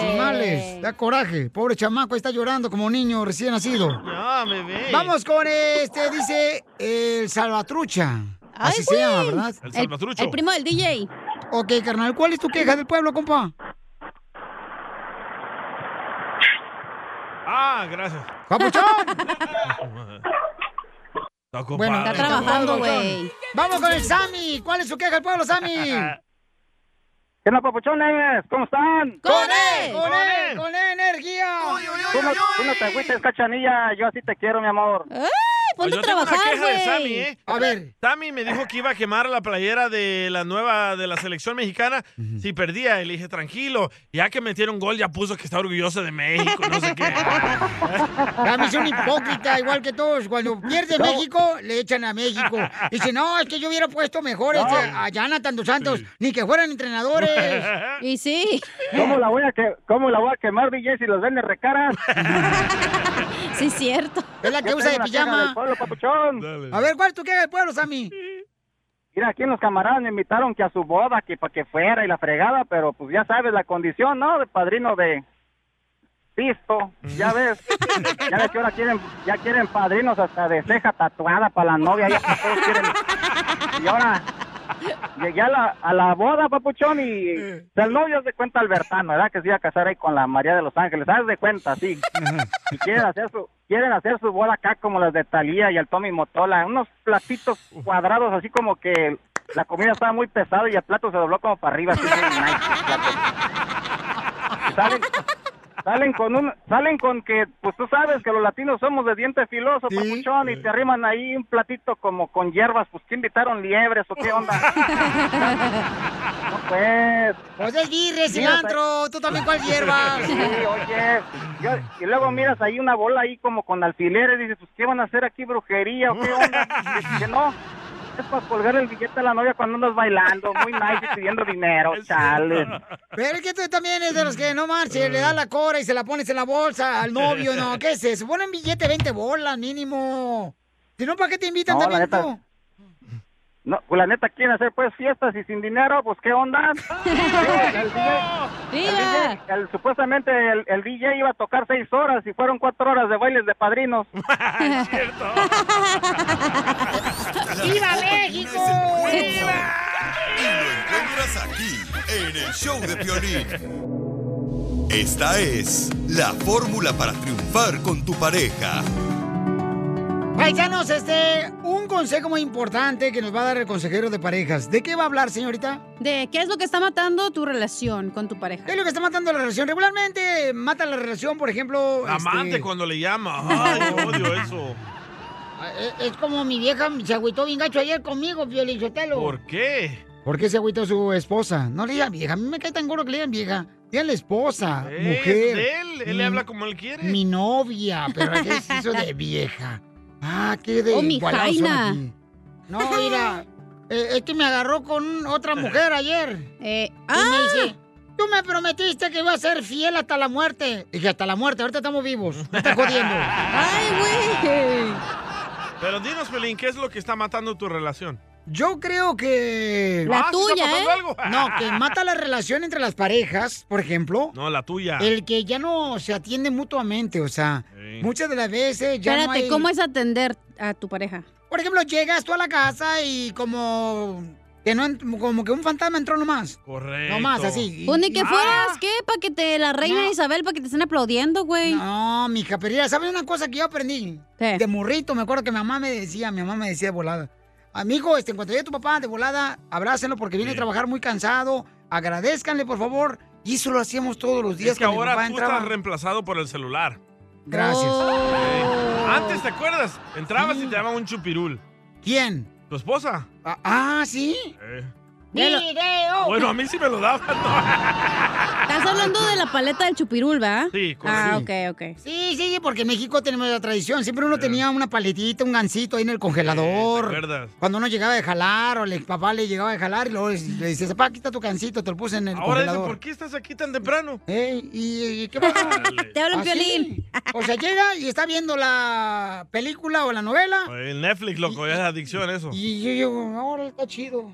Speaker 1: Sin males, da coraje. Pobre chamaco, ahí está llorando como un niño recién nacido.
Speaker 3: Ya, bebé.
Speaker 1: Vamos con este, dice el Salvatrucha.
Speaker 2: Ay,
Speaker 1: Así
Speaker 2: güey.
Speaker 1: se llama, ¿verdad?
Speaker 2: El Salvatrucho. el primo del DJ.
Speaker 1: Ok, carnal, ¿cuál es tu queja del pueblo, compa?
Speaker 3: Ah, gracias.
Speaker 1: ¡Papuchón!
Speaker 2: Ah,
Speaker 3: Está ocupado.
Speaker 1: Bueno, está ocupado, Papuchón. Vamos con el Sammy. ¿Cuál es su queja del pueblo, Sammy?
Speaker 18: ¿Qué no, papuchones? ¿Cómo están?
Speaker 2: E.
Speaker 1: ¡Con él! ¡Con él, energía!
Speaker 18: Tú no, tú no te agüites, cachanilla. Yo así te quiero, mi amor. ¡Ay,
Speaker 3: Oye, Pues yo tengo una queja de Sammy, ¿eh?
Speaker 1: A ver.
Speaker 3: Sammy me dijo que iba a quemar la playera de la nueva de la selección mexicana si perdía. Y le dije, tranquilo, ya que metieron gol, ya puso que está orgulloso de México, no sé qué.
Speaker 1: Sammy es un Ah, hipócrita, igual que todos. Cuando pierde
Speaker 3: No.
Speaker 1: México, le echan a México. Dice, no, es que yo hubiera puesto mejor este, a Jonathan dos Santos, ni que fueran entrenadores.
Speaker 2: Y sí.
Speaker 18: ¿Cómo la voy a, que, cómo la voy a quemar, DJ, si los venden recaras?
Speaker 2: Sí, es cierto.
Speaker 1: Es la
Speaker 18: Yo tengo una queja del pueblo, papuchón.
Speaker 1: A ver, ¿cuál es tu queja del pueblo, Sammy?
Speaker 18: Mira, aquí en los camaradas me invitaron que a su boda, que para que fuera y la fregada, pero pues ya sabes la condición, ¿no? De padrino de pisto, ya ves. ya ves que ahora quieren, ya quieren padrinos hasta de ceja tatuada para la novia. ya que todos quieren. Y ahora llegué a la, a la boda, papuchón, y o sea, el novio es de cuenta albertano, ¿verdad? Que se iba a casar ahí con la María de los Ángeles, ¿sabes? De cuenta, sí. Y quieren hacer su quieren hacer su boda acá como las de Talía y el Tommy Motola, unos platitos cuadrados así como que la comida estaba muy pesada y el plato se dobló como para arriba. así, muy nice el plato. Y salen, salen con un, salen con que, pues tú sabes que los latinos somos de diente filoso, papuchón, y te arriman ahí un platito como con hierbas, pues ¿qué invitaron liebres o qué onda? No, pues.
Speaker 1: Pues es guirre,
Speaker 18: Miras
Speaker 1: cilantro,
Speaker 18: ahí-
Speaker 1: tú también cuál hierba.
Speaker 18: Sí, oye. yo- y luego miras ahí una bola ahí como con alfileres, dices, pues, ¿qué van a hacer aquí, brujería o qué onda? Dices que no. Es para colgar el billete a la novia cuando andas bailando, muy nice y pidiendo dinero, chale.
Speaker 1: Pero es que tú también es de los que no marches, le da la cora y se la pones en la bolsa al novio, ¿no? ¿Qué es eso? Ponen billete 20 bolas mínimo. Si no, ¿para qué te invitan
Speaker 18: No, la
Speaker 1: también
Speaker 18: neta.
Speaker 1: tú?
Speaker 18: No, pues la neta quieren hacer pues fiestas y sin dinero, pues qué onda. El DJ El DJ, el- supuestamente el, el DJ iba a tocar seis horas y fueron cuatro horas de bailes de padrinos.
Speaker 1: ¡Viva México!
Speaker 4: Encuentras aquí, en el show de Piolín. Esta es la fórmula para triunfar con tu pareja.
Speaker 1: Paisanos, este, un consejo muy importante que nos va a dar el consejero de parejas. ¿De qué va a hablar, señorita?
Speaker 2: De qué es lo que está matando tu relación con tu pareja.
Speaker 1: ¿Qué es lo que está matando la relación? Regularmente mata la relación, por ejemplo...
Speaker 3: La Amante
Speaker 1: este,
Speaker 3: cuando le llama. Ay, yo odio eso.
Speaker 1: eh, es como mi vieja se agüitó bien gacho ayer conmigo, Piolichotelo.
Speaker 3: ¿Por qué?
Speaker 1: ¿Por qué se agüitó su esposa? No le digan vieja. A mí me cae tan gordo que le digan vieja. Díganle esposa,
Speaker 3: Es
Speaker 1: mujer. Mm.
Speaker 3: de él. Él le
Speaker 1: mi-
Speaker 3: habla como él quiere.
Speaker 1: Mi novia. Pero ¿qué es eso de vieja? Ah, qué de
Speaker 2: O Oh, mi
Speaker 1: igualados son
Speaker 2: jaina.
Speaker 1: aquí. No, mira. eh, es que me agarró con otra mujer ayer.
Speaker 2: Eh,
Speaker 1: y me dice, tú me prometiste que iba a ser fiel hasta la muerte. Dije, hasta la muerte. Ahorita estamos vivos. Me estás jodiendo. ¡Ay, güey!
Speaker 3: Pero dinos, Pelín, ¿qué es lo que está matando tu relación?
Speaker 1: Yo creo que...
Speaker 3: La Ah, ¿sí está tuya, pasando ¿eh? algo?
Speaker 1: No, que mata la relación entre las parejas, por ejemplo.
Speaker 3: No, la tuya.
Speaker 1: El que ya no se atiende mutuamente, o sea, muchas de las veces ya
Speaker 2: Espérate,
Speaker 1: no hay...
Speaker 2: ¿cómo es atender a tu pareja?
Speaker 1: Por ejemplo, llegas tú a la casa y como que no ent- como que un fantasma entró nomás.
Speaker 3: Correcto.
Speaker 1: Nomás, así.
Speaker 2: Pues ni
Speaker 1: Y-
Speaker 2: que
Speaker 1: Ah.
Speaker 2: fueras, ¿qué? Para que te la reina
Speaker 1: No.
Speaker 2: Isabel, para que te estén aplaudiendo, güey.
Speaker 1: No, mija, pero mira, ¿sabes una cosa que yo aprendí? De morrito, me acuerdo que mi mamá me decía, mi mamá me decía de volada. Amigo, este, en cuanto llegue tu papá de volada, abrácenlo porque viene a trabajar muy cansado. Agradezcanle, por favor. Y eso lo hacíamos todos los días
Speaker 3: Es que
Speaker 1: cuando mi
Speaker 3: ahora tú
Speaker 1: papá entraba.
Speaker 3: estás reemplazado por el celular.
Speaker 1: Gracias. Oh.
Speaker 3: Eh, Antes, ¿te acuerdas? Entrabas y te daban un chupirul.
Speaker 1: ¿Quién?
Speaker 3: ¿Tu esposa?
Speaker 1: Ah, ah, sí.
Speaker 3: Eh. Ah,
Speaker 1: ¡Video!
Speaker 3: Bueno, a mí sí me lo daban.
Speaker 2: Tan Estás hablando de la paleta del chupirul, ¿verdad?
Speaker 3: Sí,
Speaker 2: Ah, ok, ok.
Speaker 1: Sí, sí, porque en México tenemos la tradición. Siempre uno tenía una paletita, un gancito ahí en el congelador.
Speaker 3: acuerdas?
Speaker 1: Cuando uno llegaba de jalar o el papá le llegaba de jalar y luego le le dices, papá, quita tu gancito, te lo puse en el
Speaker 3: Ahora dice,
Speaker 1: congelador.
Speaker 3: ¿por qué estás aquí tan temprano?
Speaker 1: Ey, ¿y, y qué pasó?
Speaker 2: Te hablan
Speaker 1: Así.
Speaker 2: Piolín.
Speaker 1: O sea, llega y está viendo la película o la novela
Speaker 3: El Netflix, loco, es adicción eso.
Speaker 1: y yo digo, ahora está chido.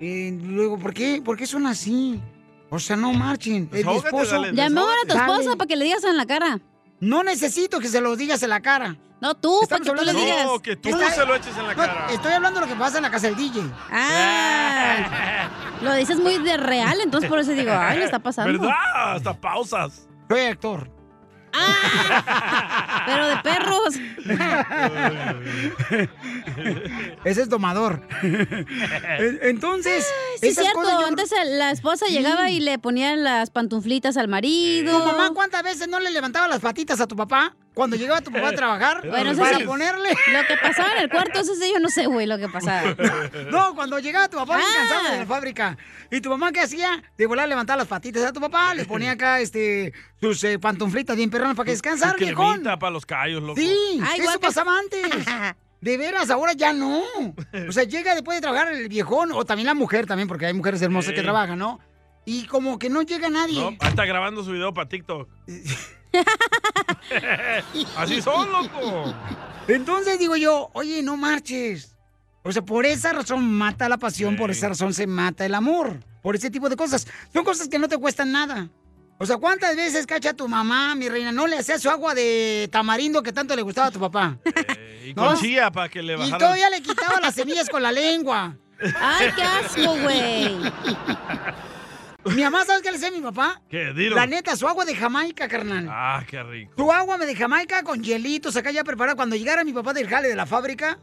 Speaker 1: Y luego, ¿por qué, ¿por qué son así? O sea, no marchen.
Speaker 3: Pues
Speaker 1: Es mi
Speaker 2: Desahógate,
Speaker 1: esposo.
Speaker 2: dale, Llama ahora a tu desahógate. esposa para que le digas en la cara.
Speaker 1: No necesito que se lo digas en la cara.
Speaker 2: No, tú,
Speaker 1: para
Speaker 2: que tú le digas. No, que tú se lo eches en la cara.
Speaker 1: Estoy hablando de lo que pasa en la casa del DJ.
Speaker 2: Ah. Lo dices muy de real, entonces por eso digo, ay, le está pasando.
Speaker 3: ¿Verdad? Hasta pausas.
Speaker 1: Soy actor.
Speaker 2: Pero de perros.
Speaker 1: Ese es domador. En- Entonces,
Speaker 2: Ah, Sí,
Speaker 1: esas
Speaker 2: cierto.
Speaker 1: cosas yo-
Speaker 2: Antes la esposa llegaba y le ponía las pantuflitas al marido.
Speaker 1: ¿Tu mamá cuántas veces no le levantaba las patitas a tu papá cuando llegaba tu papá a trabajar?
Speaker 2: Bueno, eso
Speaker 1: para
Speaker 2: sí.
Speaker 1: ponerle.
Speaker 2: Lo que pasaba en el cuarto, eso sí, yo no sé, güey, lo que pasaba.
Speaker 1: No, cuando llegaba tu papá bien
Speaker 2: Ah.
Speaker 1: cansado de la fábrica. ¿Y tu mamá qué hacía? De volar levantar las patitas a tu papá, le ponía acá este sus eh, pantuflitas bien perronas para que descansara, viejón.
Speaker 3: Cremita para los callos, loco.
Speaker 1: Sí,
Speaker 3: Ay,
Speaker 1: eso pasaba antes. De veras, ahora ya no. O sea, llega después de trabajar el viejón, o también la mujer también, porque hay mujeres hermosas
Speaker 3: Sí.
Speaker 1: que trabajan, ¿no? Y como que no llega nadie.
Speaker 3: No, ahí está grabando su video para TikTok. Así son, loco.
Speaker 1: Entonces digo yo, oye, no marches. O sea, por esa razón mata la pasión, por esa razón se mata el amor. Por ese tipo de cosas. Son cosas que no te cuestan nada. O sea, ¿cuántas veces cacha tu mamá, mi reina? No le hacía su agua de tamarindo que tanto le gustaba a tu papá.
Speaker 3: Y
Speaker 1: No.
Speaker 3: con chía para que le
Speaker 1: Y
Speaker 3: bajaran.
Speaker 1: todavía le quitaba las semillas con la lengua.
Speaker 2: ¡Ay, qué asco, güey!
Speaker 1: Mi mamá, ¿sabes qué le hacía a mi papá?
Speaker 3: ¿Qué? Dilo.
Speaker 1: La neta, su agua de Jamaica, carnal.
Speaker 3: Ah, qué rico.
Speaker 1: Tu agua de Jamaica con hielitos acá ya preparada. Cuando llegara mi papá del jale de la fábrica,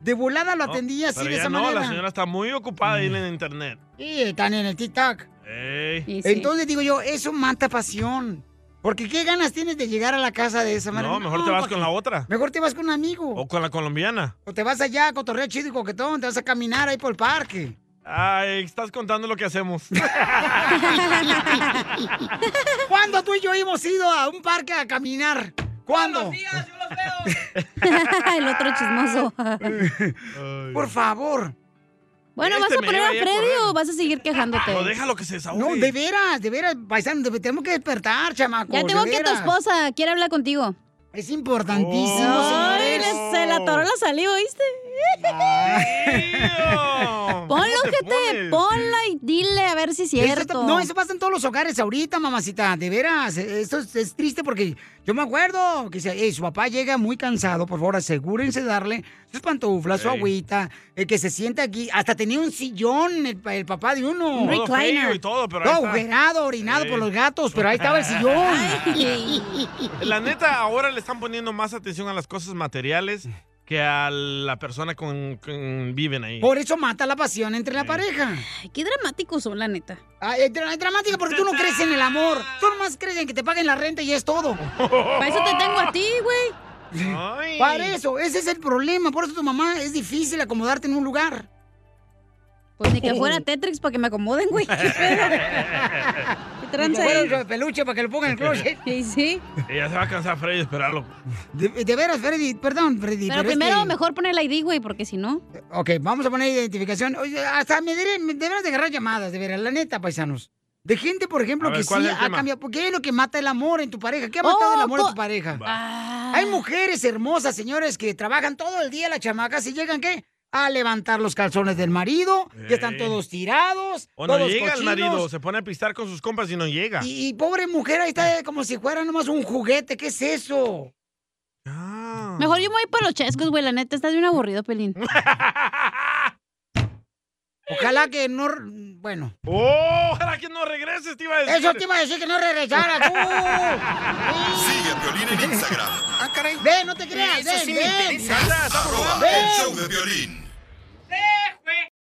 Speaker 1: de volada lo
Speaker 3: No,
Speaker 1: atendía así
Speaker 3: pero
Speaker 1: de
Speaker 3: ya
Speaker 1: esa
Speaker 3: no,
Speaker 1: manera.
Speaker 3: la señora está muy ocupada
Speaker 2: Mm.
Speaker 3: ahí en internet.
Speaker 1: Y están en el tic-tac.
Speaker 3: Ey.
Speaker 1: Entonces digo yo, eso mata pasión. Porque qué ganas tienes de llegar a la casa de esa manera.
Speaker 3: No, mejor te vas
Speaker 1: porque-
Speaker 3: con la Oh. otra.
Speaker 1: Mejor te vas con un amigo.
Speaker 3: O con la colombiana.
Speaker 1: O te vas allá a cotorrear chido y coquetón, te vas a caminar ahí por el parque.
Speaker 3: Ay, estás contando lo que hacemos.
Speaker 1: ¿Cuándo tú y yo hemos ido a un parque a caminar? ¿Cuándo?
Speaker 2: el otro chismoso.
Speaker 1: Por favor.
Speaker 2: Bueno,
Speaker 3: Este
Speaker 2: ¿vas a poner a Freddy o vas a seguir quejándote?
Speaker 3: que se desahogue.
Speaker 1: No, de veras, de veras, paisano, de- tenemos que despertar, chamaco.
Speaker 2: Ya tengo
Speaker 1: de
Speaker 2: que tu
Speaker 1: veras.
Speaker 2: esposa quiere hablar contigo.
Speaker 1: Es importantísimo,
Speaker 2: Ay,
Speaker 1: señores.
Speaker 2: le- se la atoró la saliva, ¿viste? Ponlo, gente, ponla y dile a ver si es
Speaker 1: Eso
Speaker 2: cierto.
Speaker 1: está- no, eso pasa en todos los hogares ahorita, mamacita, de veras. Esto es, es triste porque yo me acuerdo que decía, "Ey, su papá llega muy cansado, por favor, asegúrense de darle sus pantuflas, su
Speaker 3: Ey.
Speaker 1: agüita, el que se sienta aquí. Hasta tenía un sillón el, pa- el papá de uno.
Speaker 3: Un Todo recliner. feo y todo, pero ahí
Speaker 1: No,
Speaker 3: está.
Speaker 1: agujerado, orinado
Speaker 3: Ey.
Speaker 1: por los gatos, pero ahí estaba el sillón.
Speaker 3: La neta, ahora le están poniendo más atención a las cosas materiales que a la persona con, con- viven ahí.
Speaker 1: Por eso mata la pasión entre la pareja.
Speaker 2: Ay, qué dramáticos son, la neta.
Speaker 1: es, dra- es dramática porque tú no crees en el amor. Tú nomás crees en que te paguen la renta y es todo.
Speaker 2: Para eso te tengo a ti, güey.
Speaker 1: Para eso, ese es el problema. Por eso tu mamá es difícil acomodarte en un lugar. Oh.
Speaker 2: Pues ni que fuera Tetrix para que me acomoden, güey. ¿Qué pedo? ¿Qué tranza
Speaker 1: Bueno,
Speaker 2: ahí?
Speaker 1: yo de peluche para que lo pongan en el closet.
Speaker 2: Sí, sí.
Speaker 3: Ella se va a cansar, Freddy, de esperarlo.
Speaker 1: De, de veras, Freddy, perdón, Freddy.
Speaker 2: Pero
Speaker 1: es
Speaker 2: primero
Speaker 1: que- Eh,
Speaker 2: mejor poner la ID, güey, porque si no...
Speaker 1: Ok, vamos a poner identificación. Oye, hasta me, diré- me deberás de agarrar llamadas, de veras, la neta, paisanos. De gente, por ejemplo,
Speaker 3: A
Speaker 1: que
Speaker 3: ver,
Speaker 1: sí
Speaker 3: ¿cuál es el
Speaker 1: ha
Speaker 3: tema?
Speaker 1: cambiado. ¿Qué es lo que mata el amor en tu pareja? ¿Qué ha matado
Speaker 2: Oh,
Speaker 1: el amor en
Speaker 2: co-
Speaker 1: tu pareja? Hay mujeres hermosas, señores, que trabajan todo el día las chamacas y llegan, ¿qué? A levantar los calzones del marido, ya están
Speaker 3: Ey.
Speaker 1: todos tirados,
Speaker 3: O no
Speaker 1: todos
Speaker 3: llega el
Speaker 1: cochinos.
Speaker 3: marido, se pone a pistar con sus compas y no llega.
Speaker 1: Y, y pobre mujer, ahí está como si fuera nomás un juguete. ¿Qué es eso?
Speaker 2: Mejor yo me voy para los chescos, güey. La neta, estás bien aburrido, Pelín.
Speaker 1: Ojalá que no... Bueno.
Speaker 3: ¡Oh! Ojalá que no regreses, te iba a decir.
Speaker 1: Eso te iba a decir que no regresara tú.
Speaker 4: Sigue a Piolín en Instagram.
Speaker 1: Ve, no te creas, ven, ven.
Speaker 4: Arroba
Speaker 1: Ven.
Speaker 4: el show de Piolín.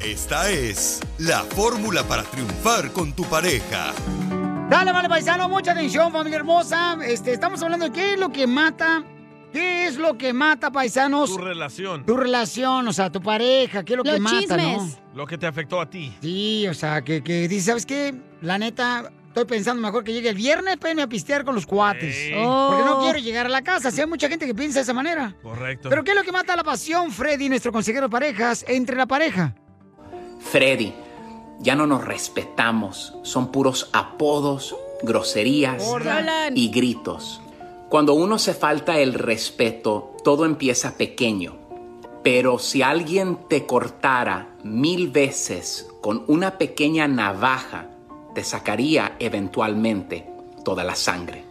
Speaker 4: Esta es la fórmula para triunfar con tu pareja.
Speaker 1: Dale, vale, paisano, mucha atención, familia hermosa. Este, estamos hablando de qué es lo que mata. ¿Qué es lo que mata, paisanos?
Speaker 3: Tu relación.
Speaker 1: Tu relación, o sea, tu pareja, ¿qué es lo que mata, no?
Speaker 3: Lo que te afectó a ti.
Speaker 1: Sí, o sea, que, que dices, ¿sabes qué? La neta, estoy pensando mejor que llegue el viernes para irme a pistear con los cuates.
Speaker 3: Sí.
Speaker 1: Porque no quiero llegar a la casa. Si hay mucha gente que piensa de esa manera.
Speaker 3: Correcto.
Speaker 1: Pero ¿qué es lo que mata la pasión, Freddy, nuestro consejero de parejas, entre la pareja?
Speaker 19: Freddy, ya no nos respetamos. Son puros apodos, groserías
Speaker 2: Hola.
Speaker 19: y gritos. Cuando uno se falta el respeto, todo empieza pequeño. Pero si alguien te cortara mil veces con una pequeña navaja, te sacaría eventualmente toda la sangre.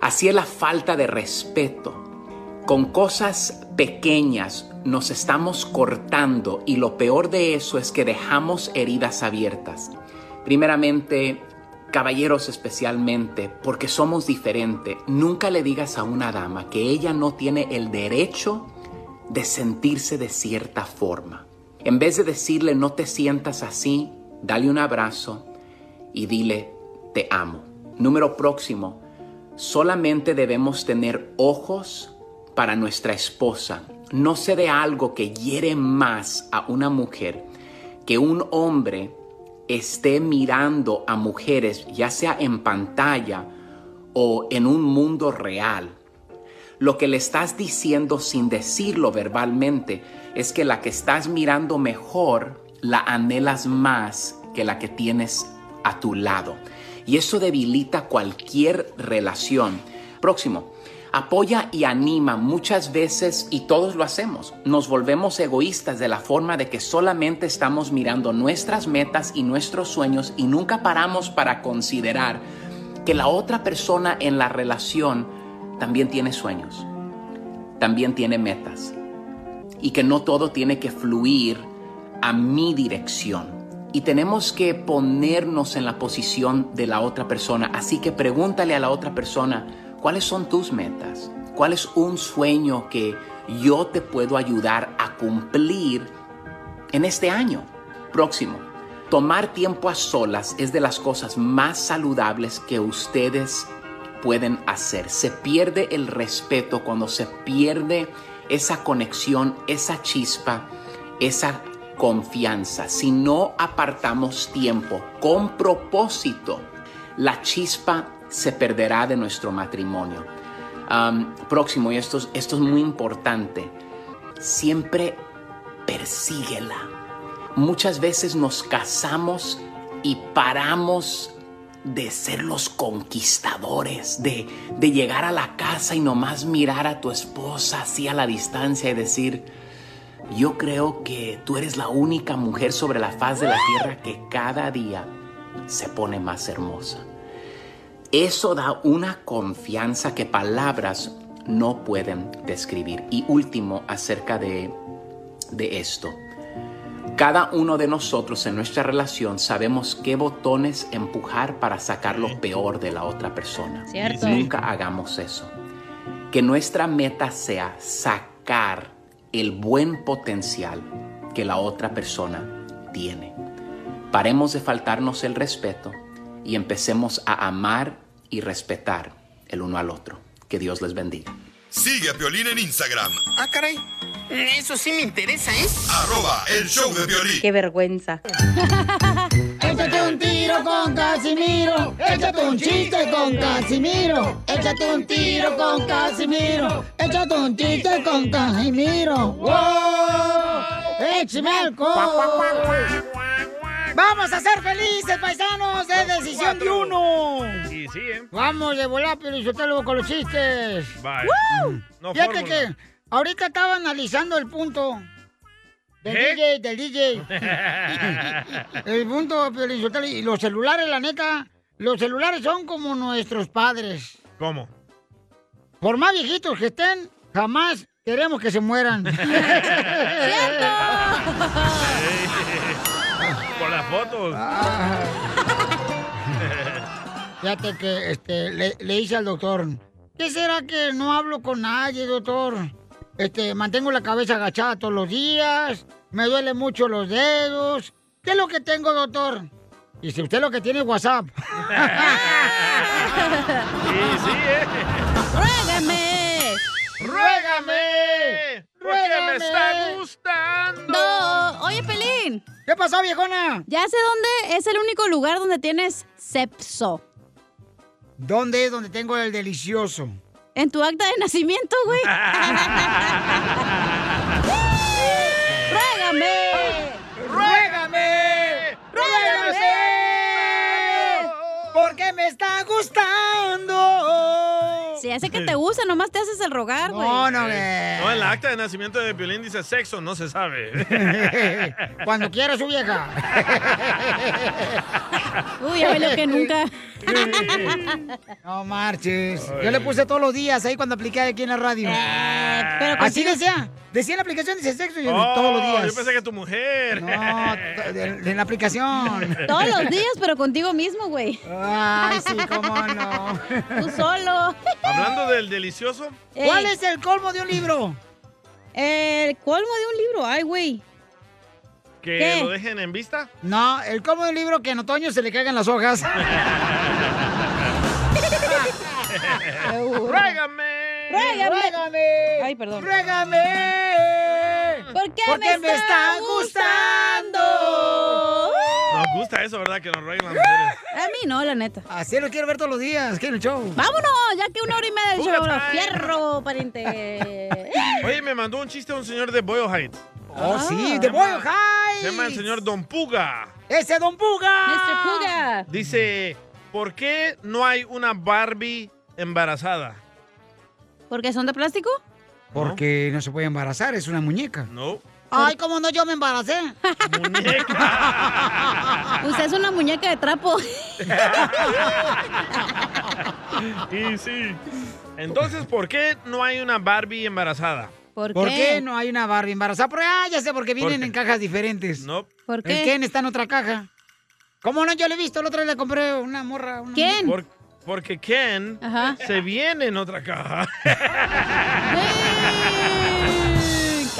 Speaker 19: Así es la falta de respeto. Con cosas pequeñas nos estamos cortando y lo peor de eso es que dejamos heridas abiertas. Primeramente, caballeros especialmente, porque somos diferentes, nunca le digas a una dama que ella no tiene el derecho de sentirse de cierta forma. En vez de decirle no te sientas así, dale un abrazo y dile te amo. Número próximo, solamente debemos tener ojos para nuestra esposa. No se dé algo que hiere más a una mujer que un hombre esté mirando a mujeres, ya sea en pantalla o en un mundo real. Lo que le estás diciendo sin decirlo verbalmente es que la que estás mirando mejor la anhelas más que la que tienes a tu lado. Y eso debilita cualquier relación. Próximo, apoya y anima muchas veces y todos lo hacemos. Nos volvemos egoístas de la forma de que solamente estamos mirando nuestras metas y nuestros sueños y nunca paramos para considerar que la otra persona en la relación también tiene sueños, también tiene metas y que no todo tiene que fluir a mi dirección. Y tenemos que ponernos en la posición de la otra persona. Así que pregúntale a la otra persona, ¿Cuáles son tus metas? ¿Cuál es un sueño que yo te puedo ayudar a cumplir en este año próximo? Tomar tiempo a solas es de las cosas más saludables que ustedes pueden hacer. Se pierde el respeto cuando se pierde esa conexión, esa chispa, esa confianza. Si no apartamos tiempo con propósito, la chispa se perderá de nuestro matrimonio. Am, próximo, y esto, es- esto es muy importante, siempre persíguela. Muchas veces nos casamos y paramos de ser los conquistadores, de, de llegar a la casa y nomás mirar a tu esposa así a la distancia y decir, yo creo que tú eres la única mujer sobre la faz de la tierra que cada día se pone más hermosa. Eso da una confianza que palabras no pueden describir. Y último, acerca de, de esto, Cada uno de nosotros en nuestra relación sabemos qué botones empujar para sacar lo peor de la otra persona.
Speaker 2: Cierto.
Speaker 19: Nunca hagamos eso. Que nuestra meta sea sacar el buen potencial que la otra persona tiene. Paremos de faltarnos el respeto y empecemos a amar y respetar el uno al otro. Que Dios les bendiga.
Speaker 4: Sigue a Piolín en Instagram,
Speaker 20: Ah, caray. Eso sí me interesa, ¿eh?
Speaker 4: arroba el show de Piolín.
Speaker 20: Qué vergüenza.
Speaker 1: Échate un tiro con Casimiro. Échate un chiste con Casimiro. Échate un tiro con Casimiro. Échate un chiste con Casimiro. ¡Wow! ¡Échame alcohol! ¡Vamos a ser felices, paisanos! ¡Es decisión de uno!
Speaker 3: Y sí, ¿eh?
Speaker 1: Vamos de volar, pero yo te lo con los chistes.
Speaker 3: Vaya.
Speaker 1: ¡Woo!
Speaker 3: Mm. No
Speaker 1: Fíjate
Speaker 3: fórmula.
Speaker 1: que ahorita estaba analizando el punto del
Speaker 3: ¿Qué?
Speaker 1: DJ, del DJ. el punto, Piolizotelo, y los celulares, la neta, los celulares son como nuestros padres.
Speaker 3: ¿Cómo?
Speaker 1: Por más viejitos que estén, jamás queremos que se mueran.
Speaker 3: Con las fotos.
Speaker 1: Ah. Fíjate que este, le, le hice al doctor, ¿qué será que no hablo con nadie, doctor? Este, mantengo la cabeza agachada todos los días, me duelen mucho los dedos. ¿Qué es lo que tengo, doctor? Y si usted lo que tiene es WhatsApp.
Speaker 3: Sí, sí, ¿eh?
Speaker 1: ¡Ruégame! ¡Ruégame!
Speaker 3: Porque me está
Speaker 1: gustando!
Speaker 2: No. Oye, Pelín.
Speaker 1: ¿Qué pasó, viejona?
Speaker 2: Ya sé dónde es el único lugar donde tienes sepso.
Speaker 1: ¿Dónde es donde tengo el delicioso?
Speaker 2: En tu acta de nacimiento, güey. ¡Ruégame!
Speaker 1: ¡Ruégame!
Speaker 2: ¡Ruégame
Speaker 1: usted! Porque me está gustando.
Speaker 2: Si hace que te gusta, nomás te haces el rogar, güey.
Speaker 1: Pues.
Speaker 3: No, en la acta de nacimiento de Piolín dice sexo, no se sabe.
Speaker 1: Cuando quiera su vieja.
Speaker 2: Uy, ya valió que nunca.
Speaker 1: No marches. Yo le puse todos los días ahí cuando apliqué aquí en la radio.
Speaker 2: Eh, pero
Speaker 1: Así
Speaker 2: consigues-
Speaker 1: decía. Decía en la aplicación, dice sexo y yo,
Speaker 3: Oh,
Speaker 1: todos los días.
Speaker 3: Yo pensé que tu mujer.
Speaker 1: No, t- en la aplicación.
Speaker 2: Todos los días, pero contigo mismo, güey.
Speaker 1: Ay, sí, cómo no.
Speaker 2: Tú solo.
Speaker 3: Hablando del delicioso,
Speaker 1: ¿Cuál es el colmo de un libro?
Speaker 2: El colmo de un libro, ay, güey.
Speaker 3: que
Speaker 1: ¿Qué?
Speaker 3: lo dejen en vista.
Speaker 1: No, el colmo de un libro que en otoño se le caigan las hojas.
Speaker 3: ¡Ruégame!
Speaker 2: ¡Ruégame!
Speaker 1: ¡Ruégame!
Speaker 2: Ay, perdón.
Speaker 1: ¡Ruégame!
Speaker 2: ¿Por qué
Speaker 1: Porque
Speaker 2: me,
Speaker 1: me está gustando?
Speaker 3: Nos gusta eso, ¿verdad? Que nos rueguen las mujeres.
Speaker 2: A mí no, la neta.
Speaker 1: Así lo quiero ver todos los días, quiero el show.
Speaker 2: Vámonos, ya que una hora y media del show. Fierro, pariente.
Speaker 3: Oye, me mandó un chiste un señor de Boyle Heights.
Speaker 1: Oh,
Speaker 2: Ah.
Speaker 1: sí, de
Speaker 3: Se llama-
Speaker 1: Boyle Heights.
Speaker 3: Se llama el señor Don Puga.
Speaker 1: ¡Ese Don Puga!
Speaker 2: Mr. Puga.
Speaker 3: Dice, ¿por qué no hay una Barbie embarazada?
Speaker 2: ¿Por qué son de plástico?
Speaker 1: Porque no se puede embarazar, es una muñeca.
Speaker 3: No.
Speaker 1: Ay, cómo no, yo me embaracé.
Speaker 2: Usted es una muñeca de trapo.
Speaker 3: Y sí. Entonces, ¿por qué no hay una Barbie embarazada?
Speaker 2: ¿Por,
Speaker 1: qué? no hay una Barbie embarazada? Pero, ah, ya sé, porque vienen
Speaker 3: qué?
Speaker 1: en cajas diferentes.
Speaker 3: No.
Speaker 2: ¿Por
Speaker 1: El Ken está en otra caja. ¿Cómo no? Yo lo he visto, el otro día le compré una morra. Una
Speaker 2: ¿Quién?
Speaker 3: Por- porque Ken
Speaker 2: Ajá.
Speaker 3: se viene en otra caja.
Speaker 2: Mm,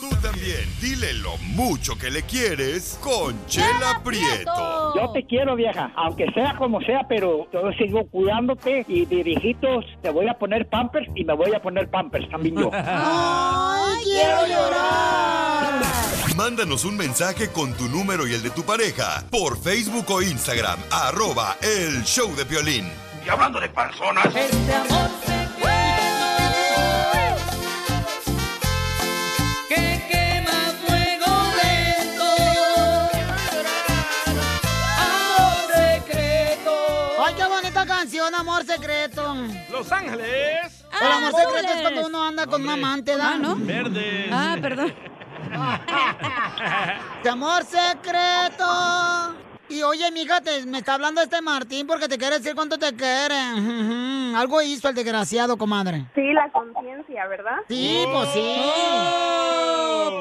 Speaker 4: Tú también, dile lo mucho que le quieres con Chela Prieto.
Speaker 6: Yo te quiero, vieja, aunque sea como sea, pero yo sigo cuidándote y dirijitos, te voy a poner pampers y me voy a poner pampers también yo.
Speaker 1: ¡Ay, quiero llorar!
Speaker 4: Mándanos un mensaje con tu número y el de tu pareja por Facebook o Instagram, arroba el show de Piolín. Y hablando de personas...
Speaker 7: Este Que quema fuego lento.
Speaker 1: Amor secreto. Ay, qué bonita canción, amor secreto.
Speaker 3: Los Ángeles.
Speaker 1: El amor secreto es cuando uno anda con un amante, ¿da? ¿no?
Speaker 3: Verdes.
Speaker 1: Ah, perdón. De amor secreto. Y oye, mija, te- me está hablando este Martín porque te quiere decir cuánto te quiere. Ujú. Algo hizo el desgraciado, comadre.
Speaker 8: Sí, la conciencia, ¿verdad?
Speaker 1: Sí,
Speaker 2: ¡Oh!
Speaker 1: pues sí.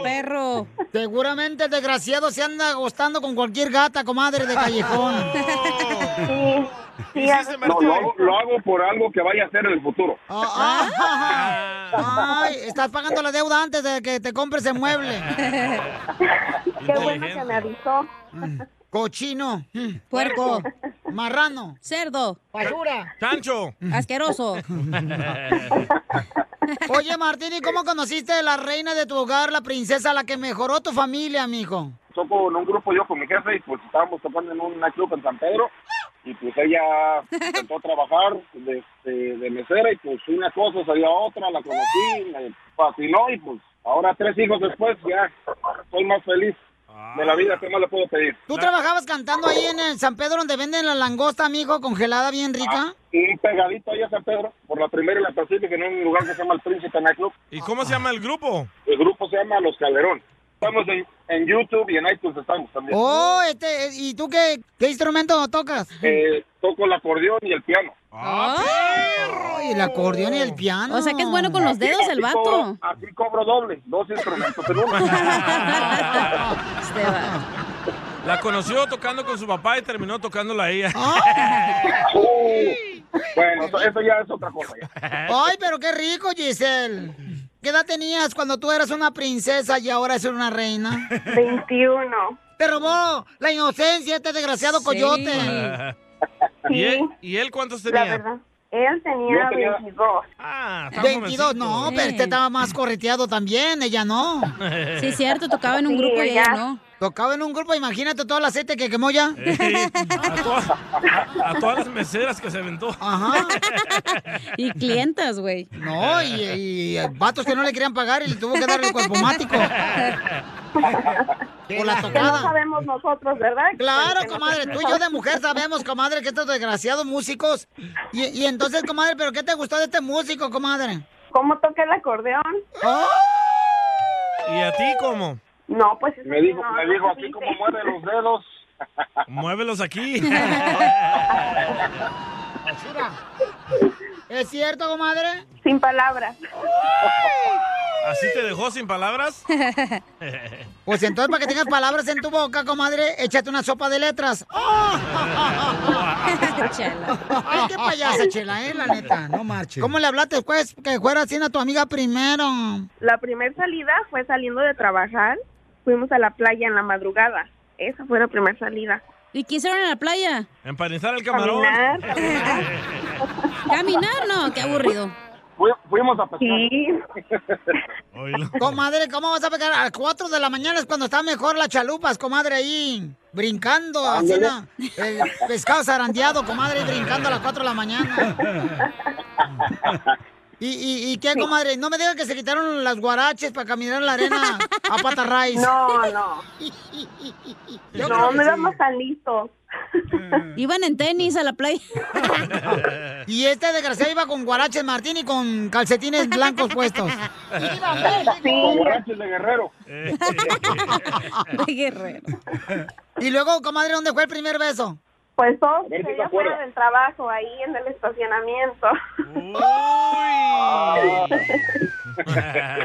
Speaker 1: perro. Seguramente el desgraciado se anda acostando con cualquier gata, comadre de callejón.
Speaker 8: Sí, a veces-
Speaker 21: No, lo, hago- lo hago por algo que vaya a hacer en el futuro.
Speaker 1: Ah, Ay, estás pagando la deuda antes de que te compres el mueble.
Speaker 8: Qué bueno que me avisó.
Speaker 1: Mm. Cochino. Mm.
Speaker 2: Puerco.
Speaker 1: Marrano.
Speaker 2: Cerdo.
Speaker 1: Basura.
Speaker 3: Chancho.
Speaker 2: Asqueroso.
Speaker 1: Oye, Martín, ¿y cómo conociste a la reina de tu hogar, la princesa, la que mejoró tu familia, mijo?
Speaker 21: Toco en un grupo yo con mi jefe y pues estábamos tocando en una club en San Pedro y pues ella intentó trabajar de, este, de mesera y pues una cosa salió a otra, la conocí, me fascinó y pues ahora tres hijos después ya soy más feliz de la vida, ¿qué más le puedo pedir?
Speaker 1: ¿Tú trabajabas cantando ahí en el San Pedro donde venden la langosta, mijo, congelada
Speaker 21: Ah,
Speaker 1: bien rica?
Speaker 21: Un pegadito ahí a San Pedro, por la primera y la Pacífica, en un lugar que se llama El Príncipe Nightclub.
Speaker 3: ¿Y cómo se llama el grupo?
Speaker 21: El grupo se llama Los Calderón. Estamos en, en YouTube y en iTunes estamos también.
Speaker 1: Oh, este, eh, ¿y tú qué, qué instrumento tocas?
Speaker 21: Eh, toco el acordeón y el piano.
Speaker 1: Ay, ¡Ah! el acordeón y el piano.
Speaker 2: Ah. O sea que es bueno con los dedos el vato.
Speaker 21: Así cobro doble, dos instrumentos en uno.
Speaker 3: La conoció tocando con su papá y terminó tocándola a ella.
Speaker 21: bueno, eso, eso ya es otra cosa. ya.
Speaker 1: Ay, pero qué rico, Giselle. ¿Qué edad tenías cuando tú eras una princesa y ahora eres una reina?
Speaker 8: 21.
Speaker 1: Te robó la inocencia este desgraciado coyote.
Speaker 3: ¿Y él, y él cuántos
Speaker 8: La
Speaker 3: tenía?
Speaker 8: verdad. Él tenía
Speaker 3: Yo tenía-
Speaker 8: 22.
Speaker 3: Ah,
Speaker 1: 22, no, pero este estaba más correteado también, ella no.
Speaker 2: Sí, cierto, tocaba en un Sí, grupo y ella- ella no.
Speaker 1: Tocaba en un grupo, imagínate todo el aceite que quemó ya.
Speaker 3: A, todas, a- a todas las meseras que se aventó.
Speaker 1: Ajá.
Speaker 2: Y clientas, güey.
Speaker 1: No, y, y vatos que no le querían pagar y le tuvo que dar el cuerpo mático. Por la
Speaker 8: Que no
Speaker 1: tocada.
Speaker 8: sabemos nosotros, ¿verdad?
Speaker 1: Claro,
Speaker 8: Que no
Speaker 1: comadre, tú y yo de mujer sabemos, comadre, que estos desgraciados músicos. Y, y entonces, comadre, ¿pero qué te gustó de este músico, comadre? ¡Ah!
Speaker 8: ¿Cómo toca el acordeón?
Speaker 3: ¿Y a ti cómo?
Speaker 8: No, pues
Speaker 3: Me dijo-
Speaker 8: no,
Speaker 3: me
Speaker 8: no
Speaker 3: dijo,
Speaker 8: se
Speaker 3: "Así
Speaker 8: dice".
Speaker 21: como mueve los dedos.
Speaker 3: Muévelos aquí.
Speaker 1: ¿Es cierto, comadre?
Speaker 8: Sin palabras.
Speaker 3: ¿Así te dejó sin palabras?
Speaker 1: Pues entonces, para que tengas palabras en tu boca, comadre, échate una sopa de letras. Ay, qué payasa, chela, eh, la neta, no marches. ¿Cómo le hablaste después que fuera así a tu amiga primero?
Speaker 8: La primera salida fue saliendo de trabajar. Fuimos a la playa en la madrugada. Esa fue la primera salida.
Speaker 2: ¿Y qué hicieron en la playa?
Speaker 3: Empanizar el camarón.
Speaker 8: Caminar,
Speaker 2: Caminar, no, qué aburrido.
Speaker 21: Fuimos a pescar.
Speaker 8: Sí.
Speaker 1: Comadre, ¿cómo vas a pegar? A las 4 de la mañana es cuando está mejor las chalupas, comadre, ahí. Brincando, así,
Speaker 21: Ándale.
Speaker 1: na, el pescado zarandeado, comadre, brincando a las 4 de la mañana. ¿Y, y, y qué, comadre? No me digas que se quitaron las guaraches para caminar en la arena a patarrays.
Speaker 8: No, no.
Speaker 1: Yo
Speaker 8: no,
Speaker 1: creo que
Speaker 8: no
Speaker 1: sí.
Speaker 8: éramos tan listos.
Speaker 2: Iban en tenis a la playa.
Speaker 1: Y este desgraciado iba con guaraches Martín y con calcetines blancos puestos.
Speaker 21: Como borrachos de guerrero.
Speaker 3: Eh.
Speaker 2: De guerrero.
Speaker 1: Y luego, comadre, ¿dónde fue el primer beso?
Speaker 8: Pues todo
Speaker 1: ver si
Speaker 8: se
Speaker 1: te
Speaker 8: dio fuera
Speaker 1: acuerdas.
Speaker 8: del trabajo, ahí en el estacionamiento.
Speaker 1: Mm.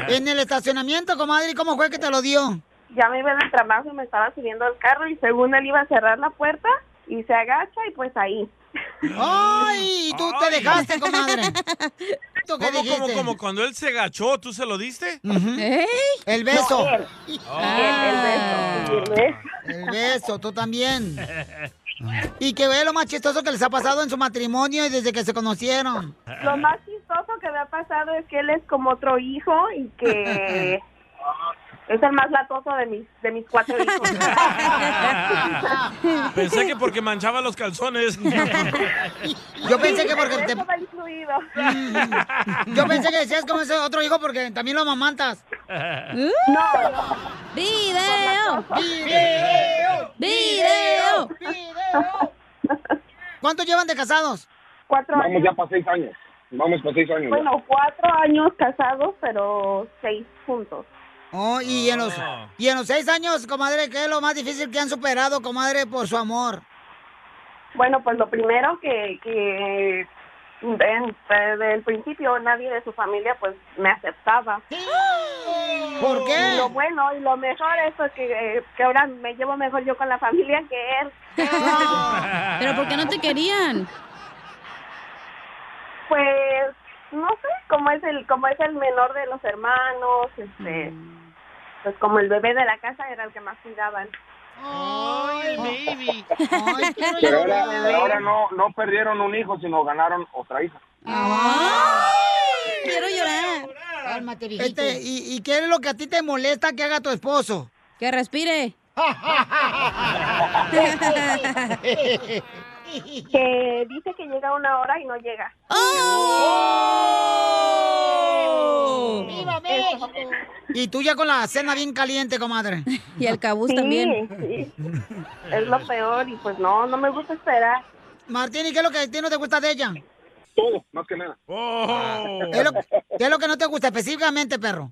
Speaker 1: En el estacionamiento, comadre, ¿y cómo fue que te lo dio?
Speaker 8: ya me iba del trabajo y me estaba subiendo al carro y según él iba a cerrar la puerta y se agacha y pues ahí.
Speaker 1: ¡Ay! Tú te dejaste, comadre. ¿Tú
Speaker 3: ¿Cómo, cómo, cómo? Cuando él se agachó, ¿tú se lo diste? ¿Eh?
Speaker 1: El beso.
Speaker 3: No, él.
Speaker 1: Ah.
Speaker 3: él, él,
Speaker 1: El beso, tú también. Y que ve lo más chistoso que les ha pasado en su matrimonio y desde que se conocieron.
Speaker 8: Lo más chistoso que me ha pasado es que él es como otro hijo y que Es el más latoso de mis, de mis cuatro hijos.
Speaker 3: Pensé que porque manchaba los calzones.
Speaker 1: Yo pensé que porque te-
Speaker 8: Eso va incluido.
Speaker 1: Yo pensé que decías como ese otro hijo porque también lo amamantas.
Speaker 8: No.
Speaker 2: ¡Video!
Speaker 1: ¡Video!
Speaker 2: ¡Video!
Speaker 1: ¿Cuánto llevan de casados?
Speaker 8: Cuatro
Speaker 21: Vamos ya para seis años. Vamos para seis años. ya.
Speaker 8: Bueno, cuatro años casados, pero seis juntos.
Speaker 1: Oh, y en los y en los seis años, comadre, ¿qué es lo más difícil que han superado, comadre, por su amor?
Speaker 8: Bueno, pues lo primero que, que ven, desde el principio nadie de su familia pues me aceptaba.
Speaker 1: ¿Por qué?
Speaker 8: Y lo bueno y lo mejor es que, que ahora me llevo mejor yo con la familia que él.
Speaker 2: ¿Pero por qué no te querían?
Speaker 8: Pues no sé, como es el como es el menor de los hermanos, este pues como el bebé de la casa era el que más cuidaban.
Speaker 3: ¡Ay, el baby!
Speaker 21: Pero ahora, ahora no, no perdieron un hijo, sino ganaron otra hija.
Speaker 2: Quiero llorar.
Speaker 1: Cálmate, Este, ¿y, y qué es lo que a ti te molesta que haga tu esposo?
Speaker 2: Que respire.
Speaker 8: que dice que llega una hora y no llega.
Speaker 1: ¡Viva México! Y tú ya con la cena bien caliente, comadre.
Speaker 2: Y el cabuz
Speaker 8: Sí, también. Es lo peor y pues no, no me gusta esperar.
Speaker 1: Martín, ¿y qué es lo que a ti no te gusta de ella?
Speaker 21: Todo, más que nada.
Speaker 3: Oh.
Speaker 7: Oh.
Speaker 1: ¿Qué es lo, qué es lo que no te gusta específicamente, perro?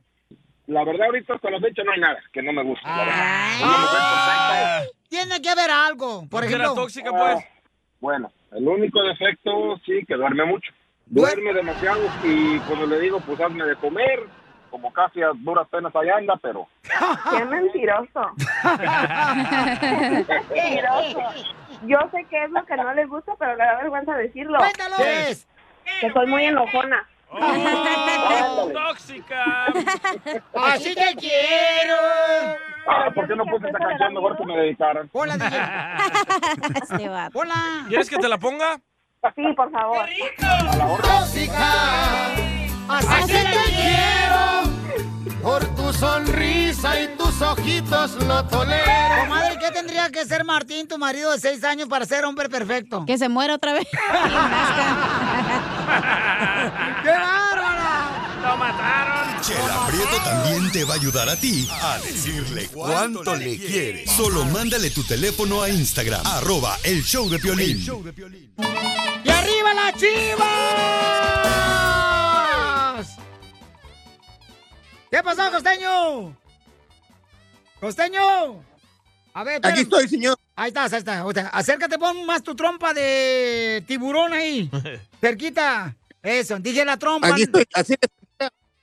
Speaker 21: La verdad, ahorita hasta la fecha no hay nada que no me guste.
Speaker 3: Ah,
Speaker 21: la verdad.
Speaker 1: Tiene que haber algo. Por ejemplo,
Speaker 3: pues.
Speaker 21: Ah, Bueno, el único defecto, sí, que duerme mucho. Duerme demasiado y cuando le digo, pues hazme de comer, como casi a duras penas allá anda, pero...
Speaker 8: Qué mentiroso. mentiroso. Yo sé que es lo que no les gusta, pero le da vergüenza decirlo.
Speaker 1: Cuéntalo.
Speaker 8: Que soy muy enojona.
Speaker 3: ¡Tóxica!
Speaker 1: Así te quiero.
Speaker 21: Ah, ¿por qué no puse esa canción mejor que me dedicaran?
Speaker 1: Hola,
Speaker 2: Este vato.
Speaker 1: Hola.
Speaker 3: ¿Quieres que te la ponga?
Speaker 8: Sí, por favor.
Speaker 7: Tóxica, así te quiero. Por tu sonrisa y tus ojitos lo tolero.
Speaker 1: Comadre, ¿qué tendría que ser Martín, tu marido de seis años, para ser hombre perfecto?
Speaker 2: Que se muera otra vez.
Speaker 1: ¡Qué bárbara!
Speaker 3: ¡Lo mataron!
Speaker 4: Chela Prieto también te va a ayudar a ti a decirle cuánto le quieres. Solo mándale tu teléfono a Instagram, arroba el show de Piolín.
Speaker 1: ¡Y arriba las chivas! ¿Qué pasó, costeño? ¡Costeño! A ver, Aquí estoy,
Speaker 11: señor.
Speaker 1: Ahí estás, ahí está. O sea, acércate, pon más tu trompa de tiburón ahí. Cerquita. Eso, dije la trompa.
Speaker 11: Aquí estoy, así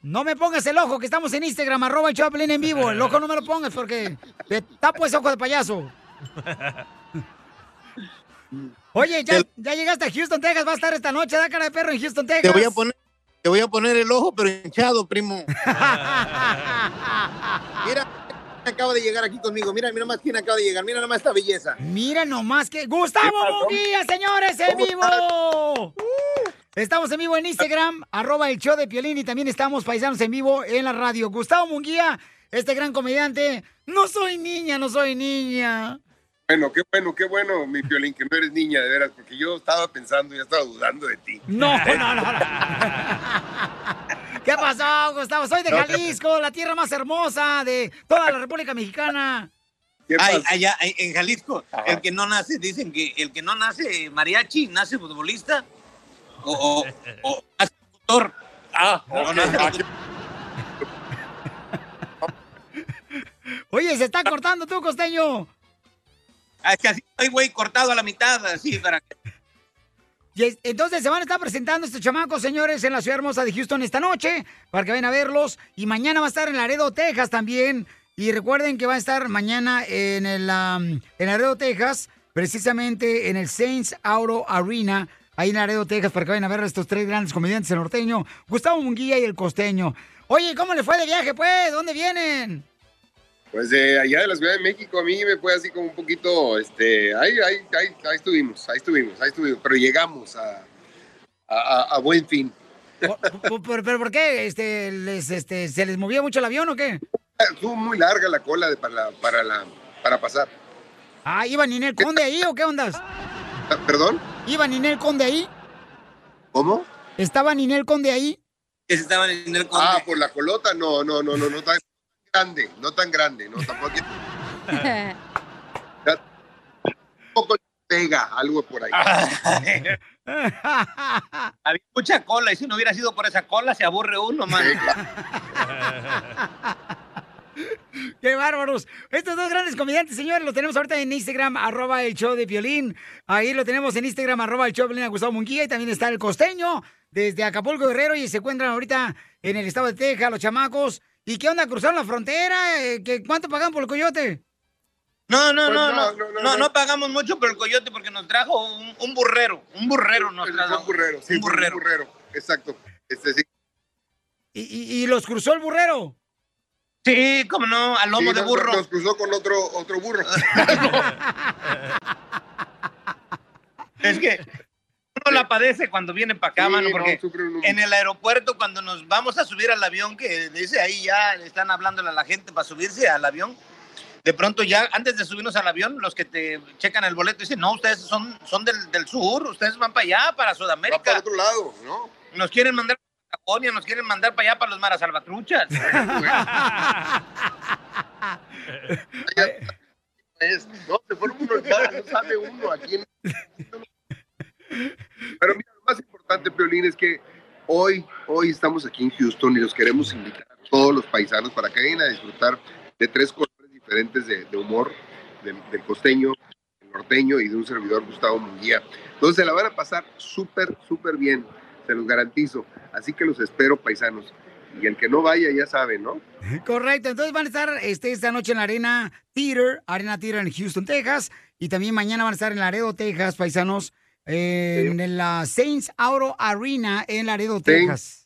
Speaker 1: No me pongas el ojo, que estamos en Instagram, arroba el Choplin en vivo. El ojo no me lo pongas porque te tapo ese ojo de payaso. Oye, ya, ya llegaste a Houston, Texas. Va a estar esta noche, da cara de perro en Houston, Texas.
Speaker 11: Te voy a poner, te voy a poner el ojo, pero hinchado, primo. Mira, ¿quién acaba de llegar aquí conmigo. Mira, mira más quién acaba de llegar. Mira nomás esta belleza.
Speaker 1: Mira nomás que. ¡Gustavo Munguía, señores! ¡En vivo! Uh. Estamos en vivo en Instagram, arroba el show de Piolín y también estamos paisanos en vivo en la radio. Gustavo Munguía, este gran comediante. No soy niña, no soy niña.
Speaker 5: Bueno, qué bueno, qué bueno, mi Piolín, que no eres niña, de veras, porque yo estaba pensando, ya estaba dudando de ti.
Speaker 1: No, no, no. ¿Qué pasó, Gustavo? Soy de
Speaker 5: No,
Speaker 1: Jalisco, la tierra más hermosa de toda la República Mexicana.
Speaker 11: Ay, allá ay, en Jalisco, el que no nace, dicen que el que no nace mariachi, nace futbolista o, o, o nace doctor. Ah, o nace locutor.
Speaker 1: Oye, se está cortando tú, costeño.
Speaker 11: Ah, es que así estoy, güey, cortado a la mitad, así para que
Speaker 1: Y es- entonces se van a estar presentando estos chamacos, señores, en la ciudad hermosa de Houston esta noche, para que vayan a verlos. Y mañana va a estar en Laredo, Texas también. Y recuerden que va a estar mañana en, el, am, en Laredo, Texas, precisamente en el Saints Auto Arena, ahí en Laredo, Texas, para que vayan a ver a estos tres grandes comediantes, el norteño, Gustavo Munguía y el costeño. Oye, ¿cómo le fue de viaje, pues? ¿Dónde vienen?
Speaker 5: Pues de allá de la Ciudad de México a mí me fue así como un poquito, este, ahí, ahí, ahí, ahí estuvimos, ahí estuvimos, ahí estuvimos, pero llegamos a, a, a- a buen fin.
Speaker 1: ¿Por- por- ¿Pero, pero por qué? Este, les, este, ¿Se les movía mucho el avión o qué?
Speaker 5: Estuvo muy larga la cola de- para, la- para, la- para pasar.
Speaker 1: Ah, ¿iba Ninel Conde ahí o qué ondas?
Speaker 11: Ah,
Speaker 5: ¿Perdón?
Speaker 1: ¿Iba Ninel Conde ahí?
Speaker 5: ¿Cómo?
Speaker 1: ¿Estaba Ninel Conde ahí?
Speaker 5: Estaban en el Ah, por la colota, no, no, no, no, no tan grande, no tan grande, no, tampoco un poco pega algo por ahí.
Speaker 1: Ah.
Speaker 11: Había mucha cola y si no hubiera sido por esa cola se aburre uno, man.
Speaker 1: ¡Qué bárbaros! Estos dos grandes comediantes, señores, los tenemos ahorita en Instagram, arroba el show de violín. Ahí lo tenemos en Instagram, arroba el show de Piolín, a Gustavo Munguía. Y también está el costeño, desde Acapulco Guerrero. Y se encuentran ahorita en el estado de Texas, los chamacos. ¿Y qué onda? ¿Cruzaron la frontera? Eh, ¿qué- ¿Cuánto pagan por el coyote?
Speaker 11: No, Pues no, no, no, no, no, pagamos mucho por el coyote porque nos trajo un, un burrero, un burrero nos trajo. Un burrero,
Speaker 5: sí, un burrero. exacto. Este, sí.
Speaker 1: ¿Y, y, y los cruzó el burrero?
Speaker 11: Sí, cómo no, al lomo
Speaker 5: Sí,
Speaker 11: de
Speaker 5: nos-
Speaker 11: burro.
Speaker 5: Nos cruzó con otro, otro burro.
Speaker 11: Es que uno la padece cuando viene para acá,
Speaker 5: Sí,
Speaker 11: mano,
Speaker 5: no,
Speaker 11: porque
Speaker 5: sufre uno mucho.
Speaker 11: en el aeropuerto cuando nos vamos a subir al avión, que dice ahí ya le están hablándole a la gente para subirse al avión, de pronto ya antes de subirnos al avión, los que te checan el boleto dicen, no, ustedes son, son del, del sur, ustedes van para allá, para Sudamérica.
Speaker 5: para otro lado, ¿no?
Speaker 11: Nos quieren mandar para Patagonia, nos quieren mandar para allá, para los maras salvatruchas.
Speaker 5: Es, no, se pone uno ya, no sabe uno a quién. Pero mira, lo más importante, Peolín, es que hoy, hoy estamos aquí en Houston y los queremos invitar a todos los paisanos para que vengan a disfrutar de tres colores diferentes de, de humor, de- del costeño, del norteño y de un servidor, Gustavo Munguía. Entonces se la van a pasar súper, súper bien, se los garantizo. Así que los espero, paisanos. Y el que no vaya, ya sabe, ¿no?
Speaker 1: Correcto, entonces van a estar este, esta noche en la Arena Theater, Arena Theater en Houston, Texas, y también mañana van a estar en Laredo, Texas, paisanos, en, la Saints Auto Arena en Laredo, Texas.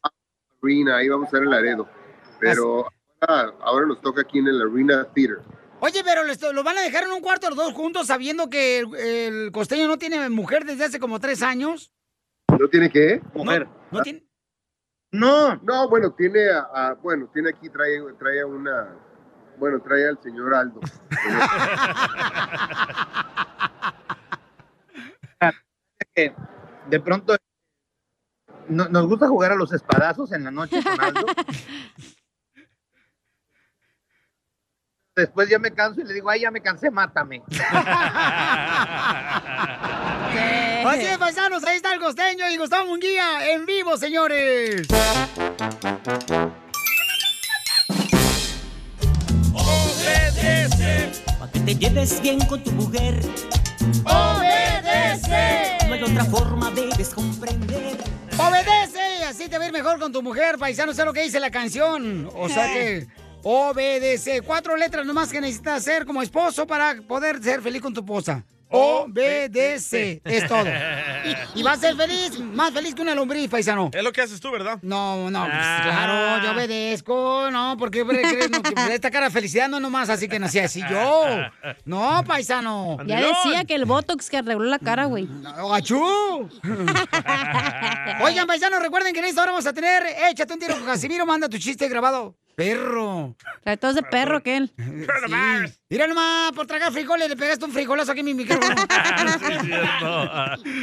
Speaker 5: Arena, ahí vamos a estar en Laredo. Pero ahora, ahora nos toca aquí en el Arena Theater.
Speaker 1: Oye, pero les- ¿lo van a dejar en un cuarto los dos juntos sabiendo que el, el costeño no tiene mujer desde hace como tres años?
Speaker 5: ¿No tiene qué?
Speaker 11: Mujer.
Speaker 1: ¿No tiene?
Speaker 11: No.
Speaker 5: No, bueno, tiene a, a- bueno, tiene aquí, trae, trae a una, bueno, trae al señor Aldo.
Speaker 11: que de pronto no- nos gusta jugar a los espadazos en la noche con Aldo. Después ya me canso y le digo, ay, ya me cansé, mátame.
Speaker 1: Así es, paisanos, ahí está el costeño y Gustavo Munguía en vivo, señores.
Speaker 7: Obedece. Pa' que te lleves bien con tu mujer.
Speaker 1: Obedece.
Speaker 7: No hay otra forma, debes comprender.
Speaker 1: ¡Obedece! Así te va a ir mejor con tu mujer, paisano, sé lo que dice la canción. O sea que, obedece. Cuatro letras nomás que necesitas hacer como esposo para poder ser feliz con tu esposa. Obedece. Es todo. Y vas a ser feliz, más feliz que una lombriz, paisano.
Speaker 3: Es lo que haces tú, ¿verdad?
Speaker 1: No, no, pues, claro, yo obedezco, no, porque crees No, que esta cara de felicidad no nomás así que nací así yo. No, paisano. Mm,
Speaker 2: Ya decía que el Botox que arregló la cara, güey.
Speaker 1: ¡Achú! Oigan, paisanos, recuerden que en esta hora vamos a tener Échate un tiro con Casimiro, manda tu chiste grabado. Perro.
Speaker 2: Trae todo ese perro que él.
Speaker 1: Sí. Mira nomás, por tragar frijoles, le pegaste un frijolazo aquí en mi micrófono.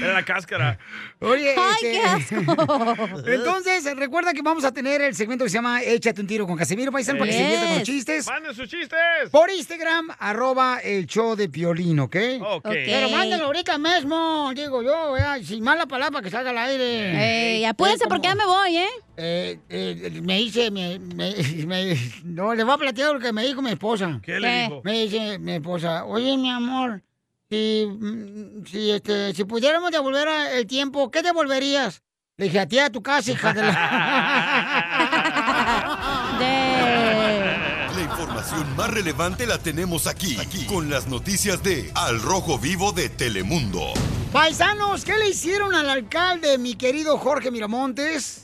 Speaker 3: Era la cáscara.
Speaker 1: Oye,
Speaker 3: Ay,
Speaker 1: este-
Speaker 3: qué asco.
Speaker 1: Entonces, recuerda que vamos a tener el segmento que se llama Échate un tiro con Casimiro, paisano, para que se diviertan con los chistes.
Speaker 3: Eh, Manden sus chistes.
Speaker 1: Por Instagram, arroba el show de Piolín, ¿ok?
Speaker 3: Ok.
Speaker 1: Pero mándalo ahorita mismo, digo yo, ¿verdad? sin mala palabra que salga al aire.
Speaker 2: Ey, apúrense porque ya me voy, ¿eh?
Speaker 1: Eh, eh, me dice, me, me- me- no, le voy a platicar lo que me dijo mi esposa.
Speaker 2: ¿Qué le ¿Qué? dijo?
Speaker 1: Me dice mi esposa, oye, mi amor, si, mm, si, este, si pudiéramos devolver a- el tiempo, ¿qué devolverías? Le dije, a ti a tu casa, hija de la...
Speaker 4: La información más relevante la tenemos aquí, aquí, con las noticias de Al Rojo Vivo de Telemundo.
Speaker 1: Paisanos, ¿qué le hicieron al alcalde, mi querido Jorge Miramontes?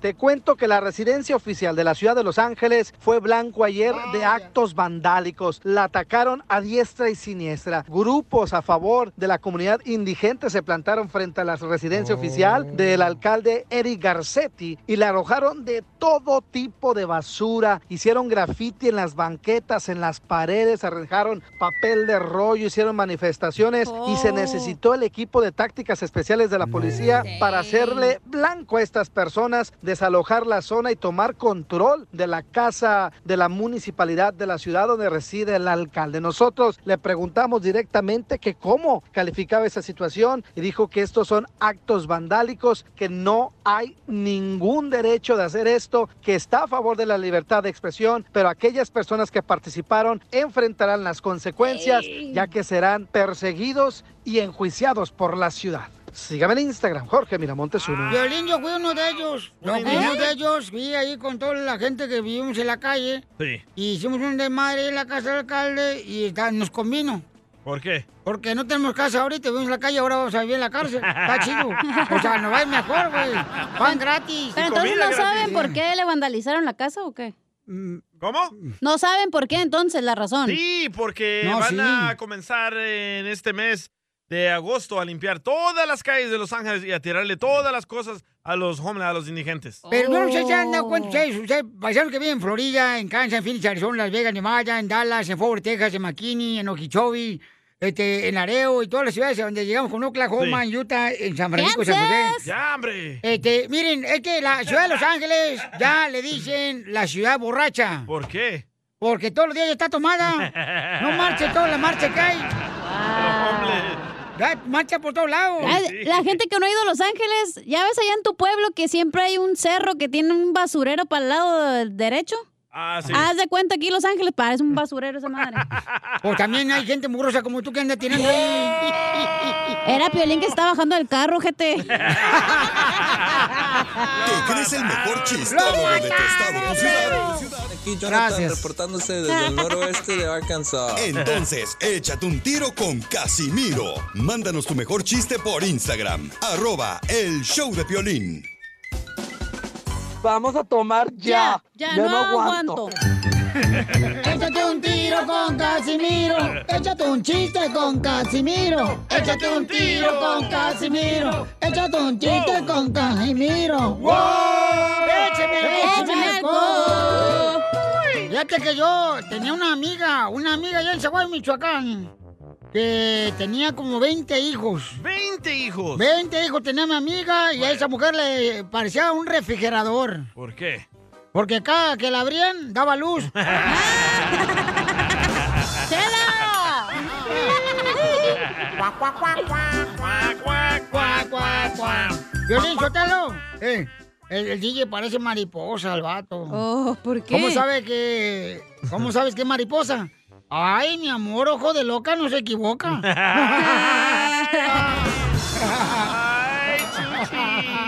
Speaker 12: Te cuento que la residencia oficial de la ciudad de Los Ángeles fue blanco ayer de actos vandálicos. La atacaron a diestra y siniestra. Grupos a favor de la comunidad indigente se plantaron frente a la residencia oficial del alcalde Eric Garcetti y le arrojaron de todo tipo de basura. Hicieron graffiti en las banquetas, en las paredes, arranjaron papel de rollo, hicieron manifestaciones y se
Speaker 13: Oh.
Speaker 12: necesitó todo el equipo de tácticas especiales de la policía para hacerle blanco a estas personas, desalojar la zona y tomar control de la casa de la municipalidad de la ciudad donde reside el alcalde. Nosotros le preguntamos directamente que cómo calificaba esa situación y dijo que estos son actos vandálicos, que no hay ningún derecho de hacer esto, que está a favor de la libertad de expresión, pero aquellas personas que participaron enfrentarán las consecuencias
Speaker 13: Sí.
Speaker 12: ya que serán perseguidos y enjuiciados por la ciudad. Sígame en Instagram, Jorge Miramontes uno.
Speaker 1: Violín, yo fui uno de ellos. Yo fui
Speaker 12: ¿Eh?
Speaker 1: uno de ellos. Fui ahí con toda la gente que vivimos en la calle.
Speaker 3: Sí.
Speaker 1: Y hicimos un desmadre en la casa del alcalde y está- nos convino.
Speaker 3: ¿Por qué?
Speaker 1: Porque no tenemos casa ahorita, vivimos en la calle, ahora vamos a vivir en la cárcel. Está chido. O sea, nos va a ir mejor, güey. Pan gratis.
Speaker 2: Pero entonces no saben por qué le vandalizaron la casa o qué.
Speaker 1: Mm.
Speaker 3: ¿Cómo?
Speaker 2: No saben por qué entonces la razón.
Speaker 3: Sí, porque
Speaker 2: No,
Speaker 3: van
Speaker 2: sí.
Speaker 3: a comenzar en este mes de agosto a limpiar todas las calles de Los Ángeles y a tirarle todas las cosas a los homeless, a los indigentes.
Speaker 1: Pero no ustedes se han dado cuenta, ustedes, ustedes, paisanos que viven en Florida, en Kansas, en Phoenix, Arizona, Las Vegas, Nevada, en Dallas, en Fort Worth, Texas, en McKinney, en Okeechobee, este, en Areo y todas las ciudades a donde llegamos con Oklahoma,
Speaker 3: Sí.
Speaker 1: en Utah, en San Francisco, San José.
Speaker 3: ¡Ya, hombre!
Speaker 1: Este, miren, es que la ciudad de Los Ángeles ya le dicen la ciudad borracha.
Speaker 3: ¿Por qué?
Speaker 1: Porque todos los días ya está tomada. No marche toda la marcha que hay. Ya marcha por todos lados.
Speaker 2: La, la gente que no ha ido a Los Ángeles, ya ves allá en tu pueblo que siempre hay un cerro que tiene un basurero para el lado derecho.
Speaker 3: Ah, sí.
Speaker 2: Haz de cuenta aquí Los Ángeles parece un basurero esa madre.
Speaker 1: O Pues también hay gente mugrosa como tú que anda tirando ahí.
Speaker 2: Era Piolín que está bajando del carro, gente.
Speaker 4: ¿Te crees el mejor chistólogo de tu estado, tu ciudad?
Speaker 14: Aquí Jonathan
Speaker 4: Gracias.
Speaker 14: reportándose desde el noroeste de Arkansas.
Speaker 4: Entonces, échate un tiro con Casimiro. Mándanos tu mejor chiste por Instagram, arroba el show de Piolín.
Speaker 14: Vamos a tomar ya.
Speaker 1: Ya, ya
Speaker 14: Yo
Speaker 1: no
Speaker 14: aguanto.
Speaker 1: Échate un tiro con Casimiro. Échate un chiste con Casimiro. Échate un tiro con Casimiro. Échate un chiste con Casimiro. ¡Wow! ¡Échame,
Speaker 14: Échame
Speaker 1: échame
Speaker 14: alcohol.
Speaker 1: alcohol! Fíjate que yo tenía una amiga, una amiga allá en Chihuahua, Michoacán, que tenía como 20 hijos.
Speaker 3: ¡20 hijos!
Speaker 1: 20 hijos tenía mi amiga y a esa mujer le parecía un refrigerador.
Speaker 3: ¿Por qué?
Speaker 1: Porque cada que la abrían, daba luz.
Speaker 14: ¡Chela!
Speaker 1: Violín, suéltalo. Eh, el, el DJ parece mariposa, el vato.
Speaker 2: Oh, ¿por qué?
Speaker 1: ¿Cómo sabe que... ¿Cómo sabes que es mariposa? Ay, mi amor, ojo de loca, no se equivoca.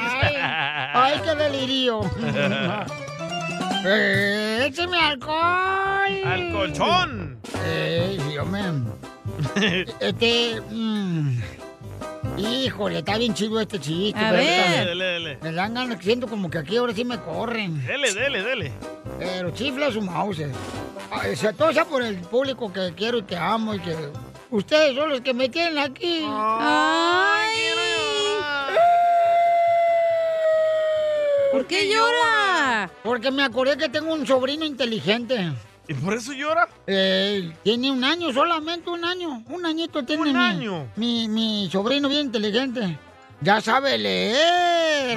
Speaker 1: Ay, qué delirio. Eh, écheme alcohol.
Speaker 3: ¡Al colchón!
Speaker 1: Eh, yo me... Este... mm, híjole, está bien chido este chiste.
Speaker 3: A
Speaker 1: pero
Speaker 3: ver.
Speaker 1: déjame-
Speaker 3: Dele, dele, dele.
Speaker 1: Me dan ganas, siento como que aquí ahora sí me corren.
Speaker 3: Dele, dele, dele.
Speaker 1: Pero chifla su mouse. Ay, O sea, todo sea por el público que quiero y que amo y que... Ustedes son los que me tienen aquí. ¿Por qué llora? Porque me acordé que tengo un sobrino inteligente.
Speaker 3: ¿Y por eso llora?
Speaker 1: Eh, tiene un año, solamente un año. Un añito tiene. mi,
Speaker 3: año.
Speaker 1: Mi, mi sobrino bien inteligente. Ya sabe leer.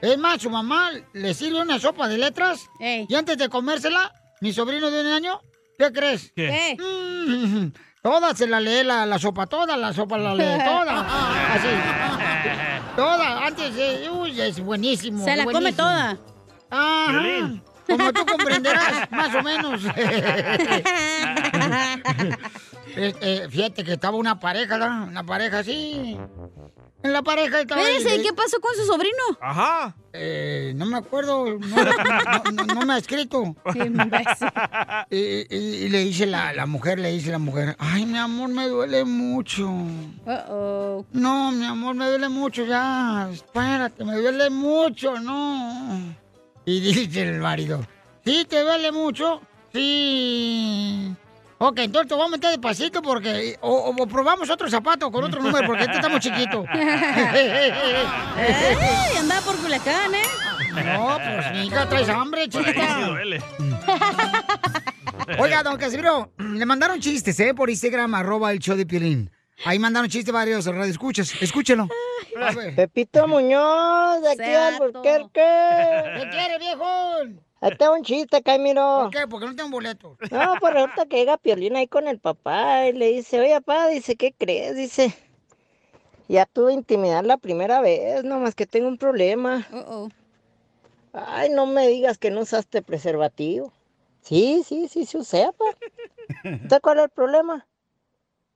Speaker 1: Es más, su mamá le sirve una sopa de letras. Y antes de comérsela, mi sobrino de un año, ¿qué crees?
Speaker 2: ¿Qué?
Speaker 1: Mm, toda se la lee la, la sopa, toda la sopa la lee, toda. Así. Toda, antes, eh, uy, es buenísimo.
Speaker 2: Se la
Speaker 1: es
Speaker 2: come
Speaker 1: buenísimo.
Speaker 2: toda.
Speaker 1: Ajá.
Speaker 2: Violín.
Speaker 1: Como tú comprenderás, más o menos. eh, Este, fíjate que estaba una pareja, ¿no? una pareja así. en la pareja estaba...
Speaker 2: Espérese, ¿y qué pasó con su sobrino?
Speaker 3: Ajá.
Speaker 1: Eh, no me acuerdo, no, no- no- no me ha escrito. y, y- y le dice la, la mujer, le dice la mujer, ay, mi amor, me duele mucho. No, mi amor, me duele mucho, ya, "Ah, espérate, me duele mucho, no. Y dice el marido, ¿sí te duele mucho? Sí. Ok, entonces te voy a meter despacito porque... O, o probamos otro zapato con otro número porque este está muy chiquito.
Speaker 2: Ey, anda por Culiacán, ¿eh?
Speaker 1: No, pues mi hija traes hambre,
Speaker 2: Por ahí
Speaker 1: chica.
Speaker 2: sí
Speaker 3: duele.
Speaker 1: Oiga, don Casimiro, le mandaron chistes, ¿eh? Por Instagram, arroba el show de Piolín. Ahí mandaron chistes varios, radio escuchas. Escúchelo.
Speaker 13: Pepito Muñoz, de aquí al Burquerque.
Speaker 1: ¿Qué quiere, viejo?
Speaker 13: Ahí está un chiste, Caimiro.
Speaker 1: ¿Por qué? Porque no tengo boleto.
Speaker 13: No, pues resulta que llega Piolín ahí con el papá y le dice, oye, papá, dice, ¿qué crees? Dice, ya tuve intimidad la primera vez, nomás que tengo un problema. Ay, no me digas que no usaste preservativo. Sí, sí, sí, sí usé, papá. ¿Usted cuál es el problema?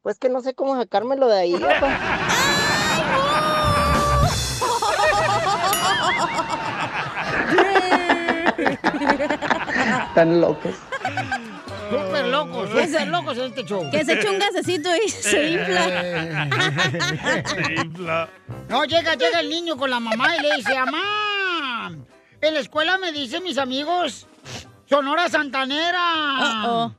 Speaker 13: Pues que no sé cómo sacármelo de ahí, papá. Están locos.
Speaker 1: Súper locos,
Speaker 2: Que se-
Speaker 1: súper locos en este show.
Speaker 2: Que se eche un gasecito y se infla.
Speaker 1: Se No, llega, llega el niño con la mamá y le dice, mamá, en la escuela me dicen mis amigos, Sonora Santanera.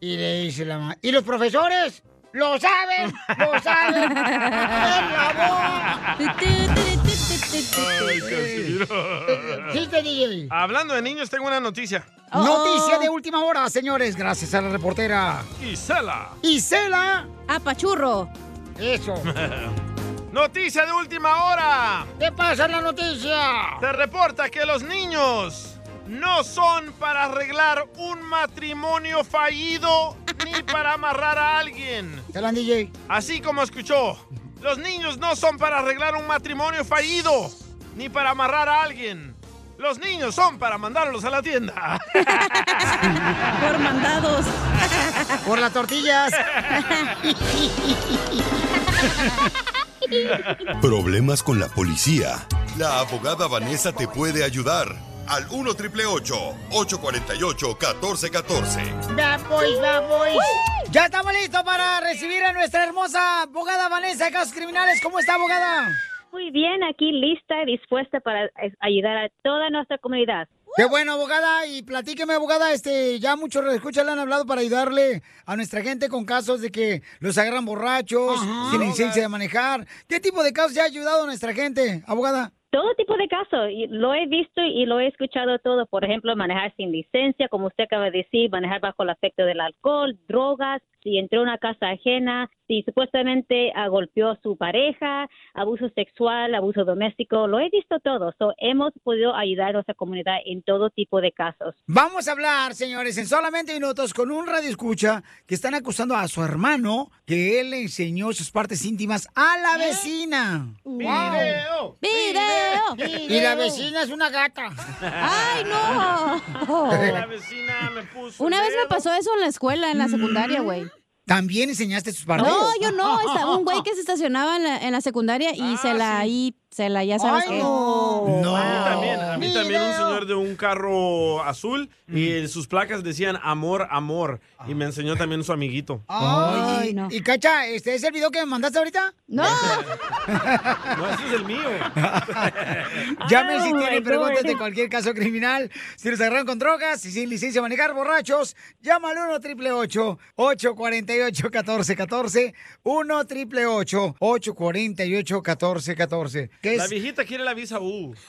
Speaker 1: Y le dice la mamá, ¿y los profesores? ¡Lo saben! ¡Lo saben! ¡Es la Chiste, DJ.
Speaker 3: Hablando de niños, tengo una noticia.
Speaker 1: voz! Noticia de última hora, señores, gracias a la reportera.
Speaker 3: Gisela.
Speaker 1: Isela.
Speaker 2: Apachurro.
Speaker 1: Eso.
Speaker 3: Noticia de última hora.
Speaker 1: ¿Qué pasa en la noticia?
Speaker 3: Se reporta que los niños no son para arreglar un matrimonio fallido ni para amarrar a alguien.
Speaker 1: DJ.
Speaker 3: Así como escuchó, los niños no son para arreglar un matrimonio fallido ni para amarrar a alguien. Los niños son para mandarlos a la tienda.
Speaker 2: Por mandados.
Speaker 1: Por las tortillas.
Speaker 4: Problemas con la policía. La abogada Vanessa te puede ayudar. Al 1 848 1414.
Speaker 1: Bad boys, bad boys. Ya estamos listos para recibir a nuestra hermosa abogada Vanessa de Casos Criminales. ¿Cómo está, abogada?
Speaker 15: Muy bien, aquí lista y dispuesta para eh, ayudar a toda nuestra comunidad.
Speaker 1: Qué bueno, abogada. Y platíqueme, abogada, este, ya muchos escucha le han hablado para ayudarle a nuestra gente con casos de que los agarran borrachos, sin licencia de manejar. ¿Qué tipo de casos ya ha ayudado a nuestra gente, abogada?
Speaker 15: Todo tipo de casos, y lo he visto y lo he escuchado todo. Por ejemplo, manejar sin licencia, como usted acaba de decir, manejar bajo el efecto del alcohol, drogas, si entró a una casa ajena, si supuestamente ah, golpeó a su pareja, abuso sexual, abuso doméstico, lo he visto todo. So, hemos podido ayudar a nuestra comunidad en todo tipo de casos.
Speaker 1: Vamos a hablar, señores, en solamente minutos con un radio escucha que están acusando a su hermano que él le enseñó sus partes íntimas a
Speaker 2: ¿Eh?
Speaker 1: la vecina.
Speaker 2: Video, Video. video. Ah.
Speaker 1: Y la vecina es una gata.
Speaker 2: ¡Ay, no!
Speaker 3: La vecina me puso.
Speaker 2: Una
Speaker 3: el
Speaker 2: vez me
Speaker 3: dedo.
Speaker 2: pasó eso en la escuela, en la secundaria, güey.
Speaker 1: ¿También enseñaste sus partes?
Speaker 2: No, yo no. Estaba un güey que se estacionaba en la, en la secundaria y se la, y se la, ya sabes
Speaker 1: Ah, Ay,
Speaker 2: qué.
Speaker 1: no.
Speaker 3: A mí también, a mí también un
Speaker 2: Video.
Speaker 3: señor de un carro azul y eh, sus placas decían amor, amor. Y me enseñó también su amiguito.
Speaker 1: Ah, Ay, y, y, Cacha, este es el video que me mandaste ahorita.
Speaker 2: No.
Speaker 3: No, ese es el mío.
Speaker 1: Llamen si
Speaker 3: Oh,
Speaker 1: tienen
Speaker 3: my
Speaker 1: preguntas
Speaker 3: God.
Speaker 1: de cualquier caso criminal, si los agarran con drogas, si sin licencia de manejar, borrachos, llama al 1 triple 848 1414 1 triple 848 1414 ¿Qué
Speaker 3: La
Speaker 1: es?
Speaker 3: viejita quiere la visa U.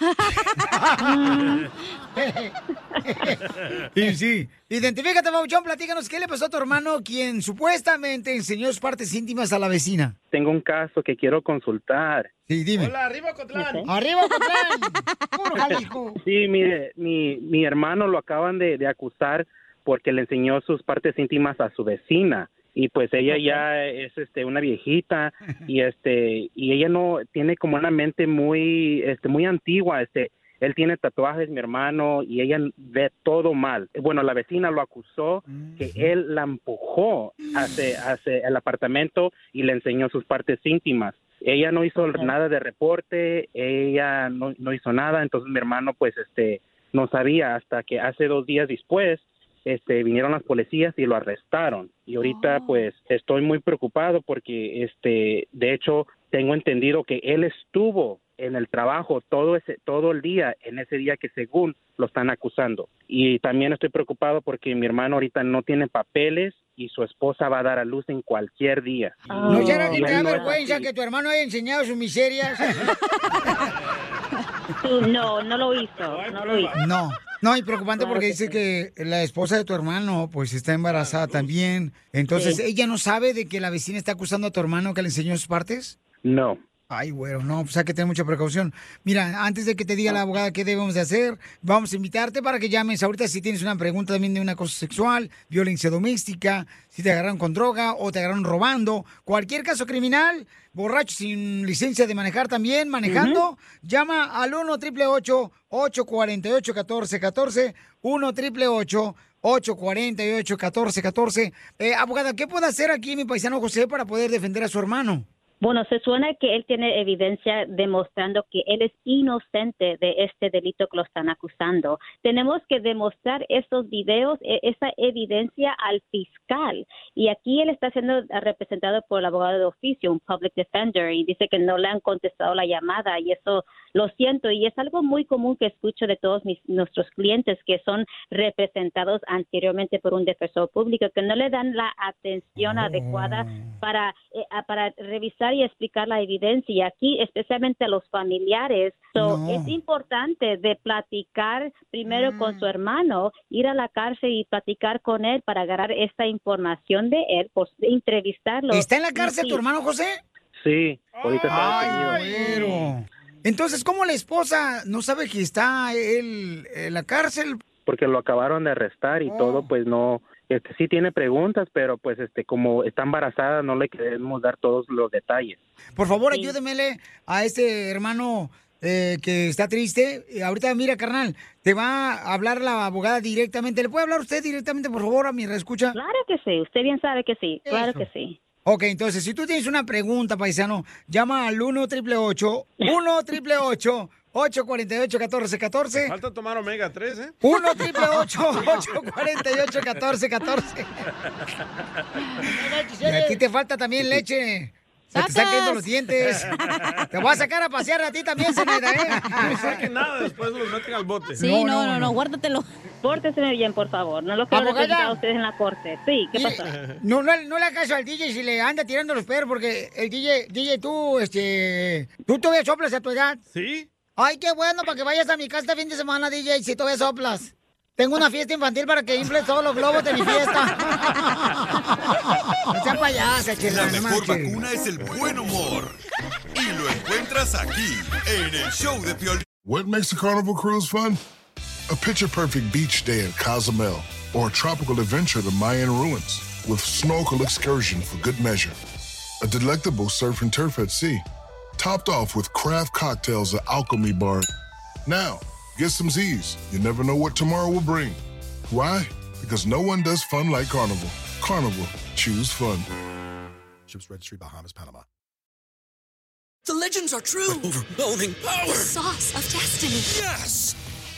Speaker 1: Y sí. Identifícate, Mauchón, platícanos qué le pasó a tu hermano quien supuestamente enseñó sus partes íntimas a la vecina.
Speaker 16: Tengo un caso que quiero consultar.
Speaker 1: Sí, dime.
Speaker 3: Hola, arriba Cotlán.
Speaker 1: ¡Arriba, Cotlán! ¡Puro Jalisco!
Speaker 16: Sí, mire, mi, mi hermano lo acaban de, de acusar porque le enseñó sus partes íntimas a su vecina y pues ella ya es este una viejita y este y ella no tiene como una mente muy este muy antigua este Él tiene tatuajes, mi hermano, y ella ve todo mal. Bueno, la vecina lo acusó que él la empujó hacia, hacia el apartamento y le enseñó sus partes íntimas. Ella no hizo nada de reporte, ella no, no hizo nada, entonces mi hermano pues este no sabía hasta que hace dos días después este, vinieron las policías y lo arrestaron. Y ahorita, pues, estoy muy preocupado porque, este, de hecho, tengo entendido que él estuvo en el trabajo todo ese, todo el día, en ese día que según lo están acusando. Y también estoy preocupado porque mi hermano ahorita no tiene papeles y su esposa va a dar a luz en cualquier día.
Speaker 1: Ah. ¿No será que
Speaker 16: Y
Speaker 1: te da
Speaker 16: él no es
Speaker 1: vergüenza
Speaker 16: así.
Speaker 1: que tu hermano haya enseñado sus miserias?
Speaker 15: No, no lo hizo, no lo hizo.
Speaker 1: No. No, y preocupante
Speaker 15: Claro
Speaker 1: porque
Speaker 15: que
Speaker 1: dice que la esposa de tu hermano pues está embarazada también. Entonces,
Speaker 16: Sí.
Speaker 1: ¿ella no sabe de que la vecina está acusando a tu hermano que le enseñó sus partes?
Speaker 16: No.
Speaker 1: Ay, güero, no, pues hay que tener mucha precaución. Mira, antes de que te diga la abogada qué debemos de hacer, vamos a invitarte para que llames ahorita si tienes una pregunta también de un acoso sexual, violencia doméstica, si te agarraron con droga o te agarraron robando, cualquier caso criminal, borracho sin licencia de manejar también, manejando, llama al 1 888 848 1414 1 888 848 1414 eh, Abogada, ¿qué puede hacer aquí mi paisano José para poder defender a su hermano?
Speaker 15: Bueno, se suena que él tiene evidencia demostrando que él es inocente de este delito que lo están acusando. Tenemos que demostrar esos videos, e- esa evidencia al fiscal. Y aquí él está siendo representado por el abogado de oficio, un public defender, y dice que no le han contestado la llamada y eso lo siento. Y es algo muy común que escucho de todos mis, nuestros clientes que son representados anteriormente por un defensor público, que no le dan la
Speaker 1: Ah.
Speaker 15: atención adecuada para, eh, a- para revisar y explicar la evidencia. Y aquí, especialmente a los familiares, so,
Speaker 22: No.
Speaker 15: es importante de platicar primero con su
Speaker 1: Mm.
Speaker 15: hermano, ir a la cárcel y platicar con él para agarrar esta información de él, pues, entrevistarlo.
Speaker 1: ¿Está en la cárcel tu hermano José?
Speaker 16: Sí, ahorita está detenido.
Speaker 1: Ay, güero. Entonces, ¿cómo la esposa no sabe que está él en la cárcel?
Speaker 16: porque lo acabaron de arrestar y todo, pues no, este sí tiene preguntas, pero pues este como está embarazada no le queremos dar todos los detalles.
Speaker 1: Por favor, ayúdemele a este hermano eh, que está triste. Eh, Ahorita, mira, carnal, te va a hablar la abogada directamente. ¿Le puede hablar usted directamente, por favor, a mi reescucha?
Speaker 15: Claro que sí, usted bien sabe que sí, claro que sí.
Speaker 1: Ok, entonces, si tú tienes una pregunta, paisano, llama al 1 888 1 888 848 1414
Speaker 3: Falta tomar omega 3, ¿eh?
Speaker 1: 1 888 848 1414 Y a ti te falta también leche. Se te están
Speaker 3: ¡Sacas!
Speaker 1: cayendo los dientes. Te voy a sacar a pasear a ti también, Zenaida, ¿eh?
Speaker 3: No saquen nada, después los meten al bote.
Speaker 15: guárdatelo. Pórteseme bien, por favor. No lo quiero
Speaker 1: Abogada.
Speaker 15: representar a ustedes en la corte. Sí, ¿qué
Speaker 1: Mire,
Speaker 15: pasó?
Speaker 1: No, no, no le hagas caso al DJ si le anda tirando los perros, porque el DJ, DJ, tú, este, tú todavía soplas a tu edad.
Speaker 3: ¿Sí?
Speaker 1: Ay, qué bueno, para que vayas a mi casa este fin de semana, DJ, si todavía soplas. Tengo una fiesta infantil para que infles todos los globos de mi fiesta. no seas payasa, chela,
Speaker 4: La
Speaker 1: no
Speaker 4: mejor
Speaker 1: marches.
Speaker 4: vacuna es el buen humor. Y lo encuentras aquí, en el show de Piolín.
Speaker 23: What makes a carnival cruise fun? A picture perfect beach day at Cozumel or a tropical adventure to Mayan ruins with snorkel excursion for good measure. A delectable surf and turf at sea, topped off with craft cocktails at Alchemy Bar. Now, get some Z's. You never know what tomorrow will bring. Why? Because no one does fun like Carnival. Carnival, choose fun. Ships Registry, Bahamas, Panama.
Speaker 17: The legends are true. overwhelming power! sauce of destiny. Yes!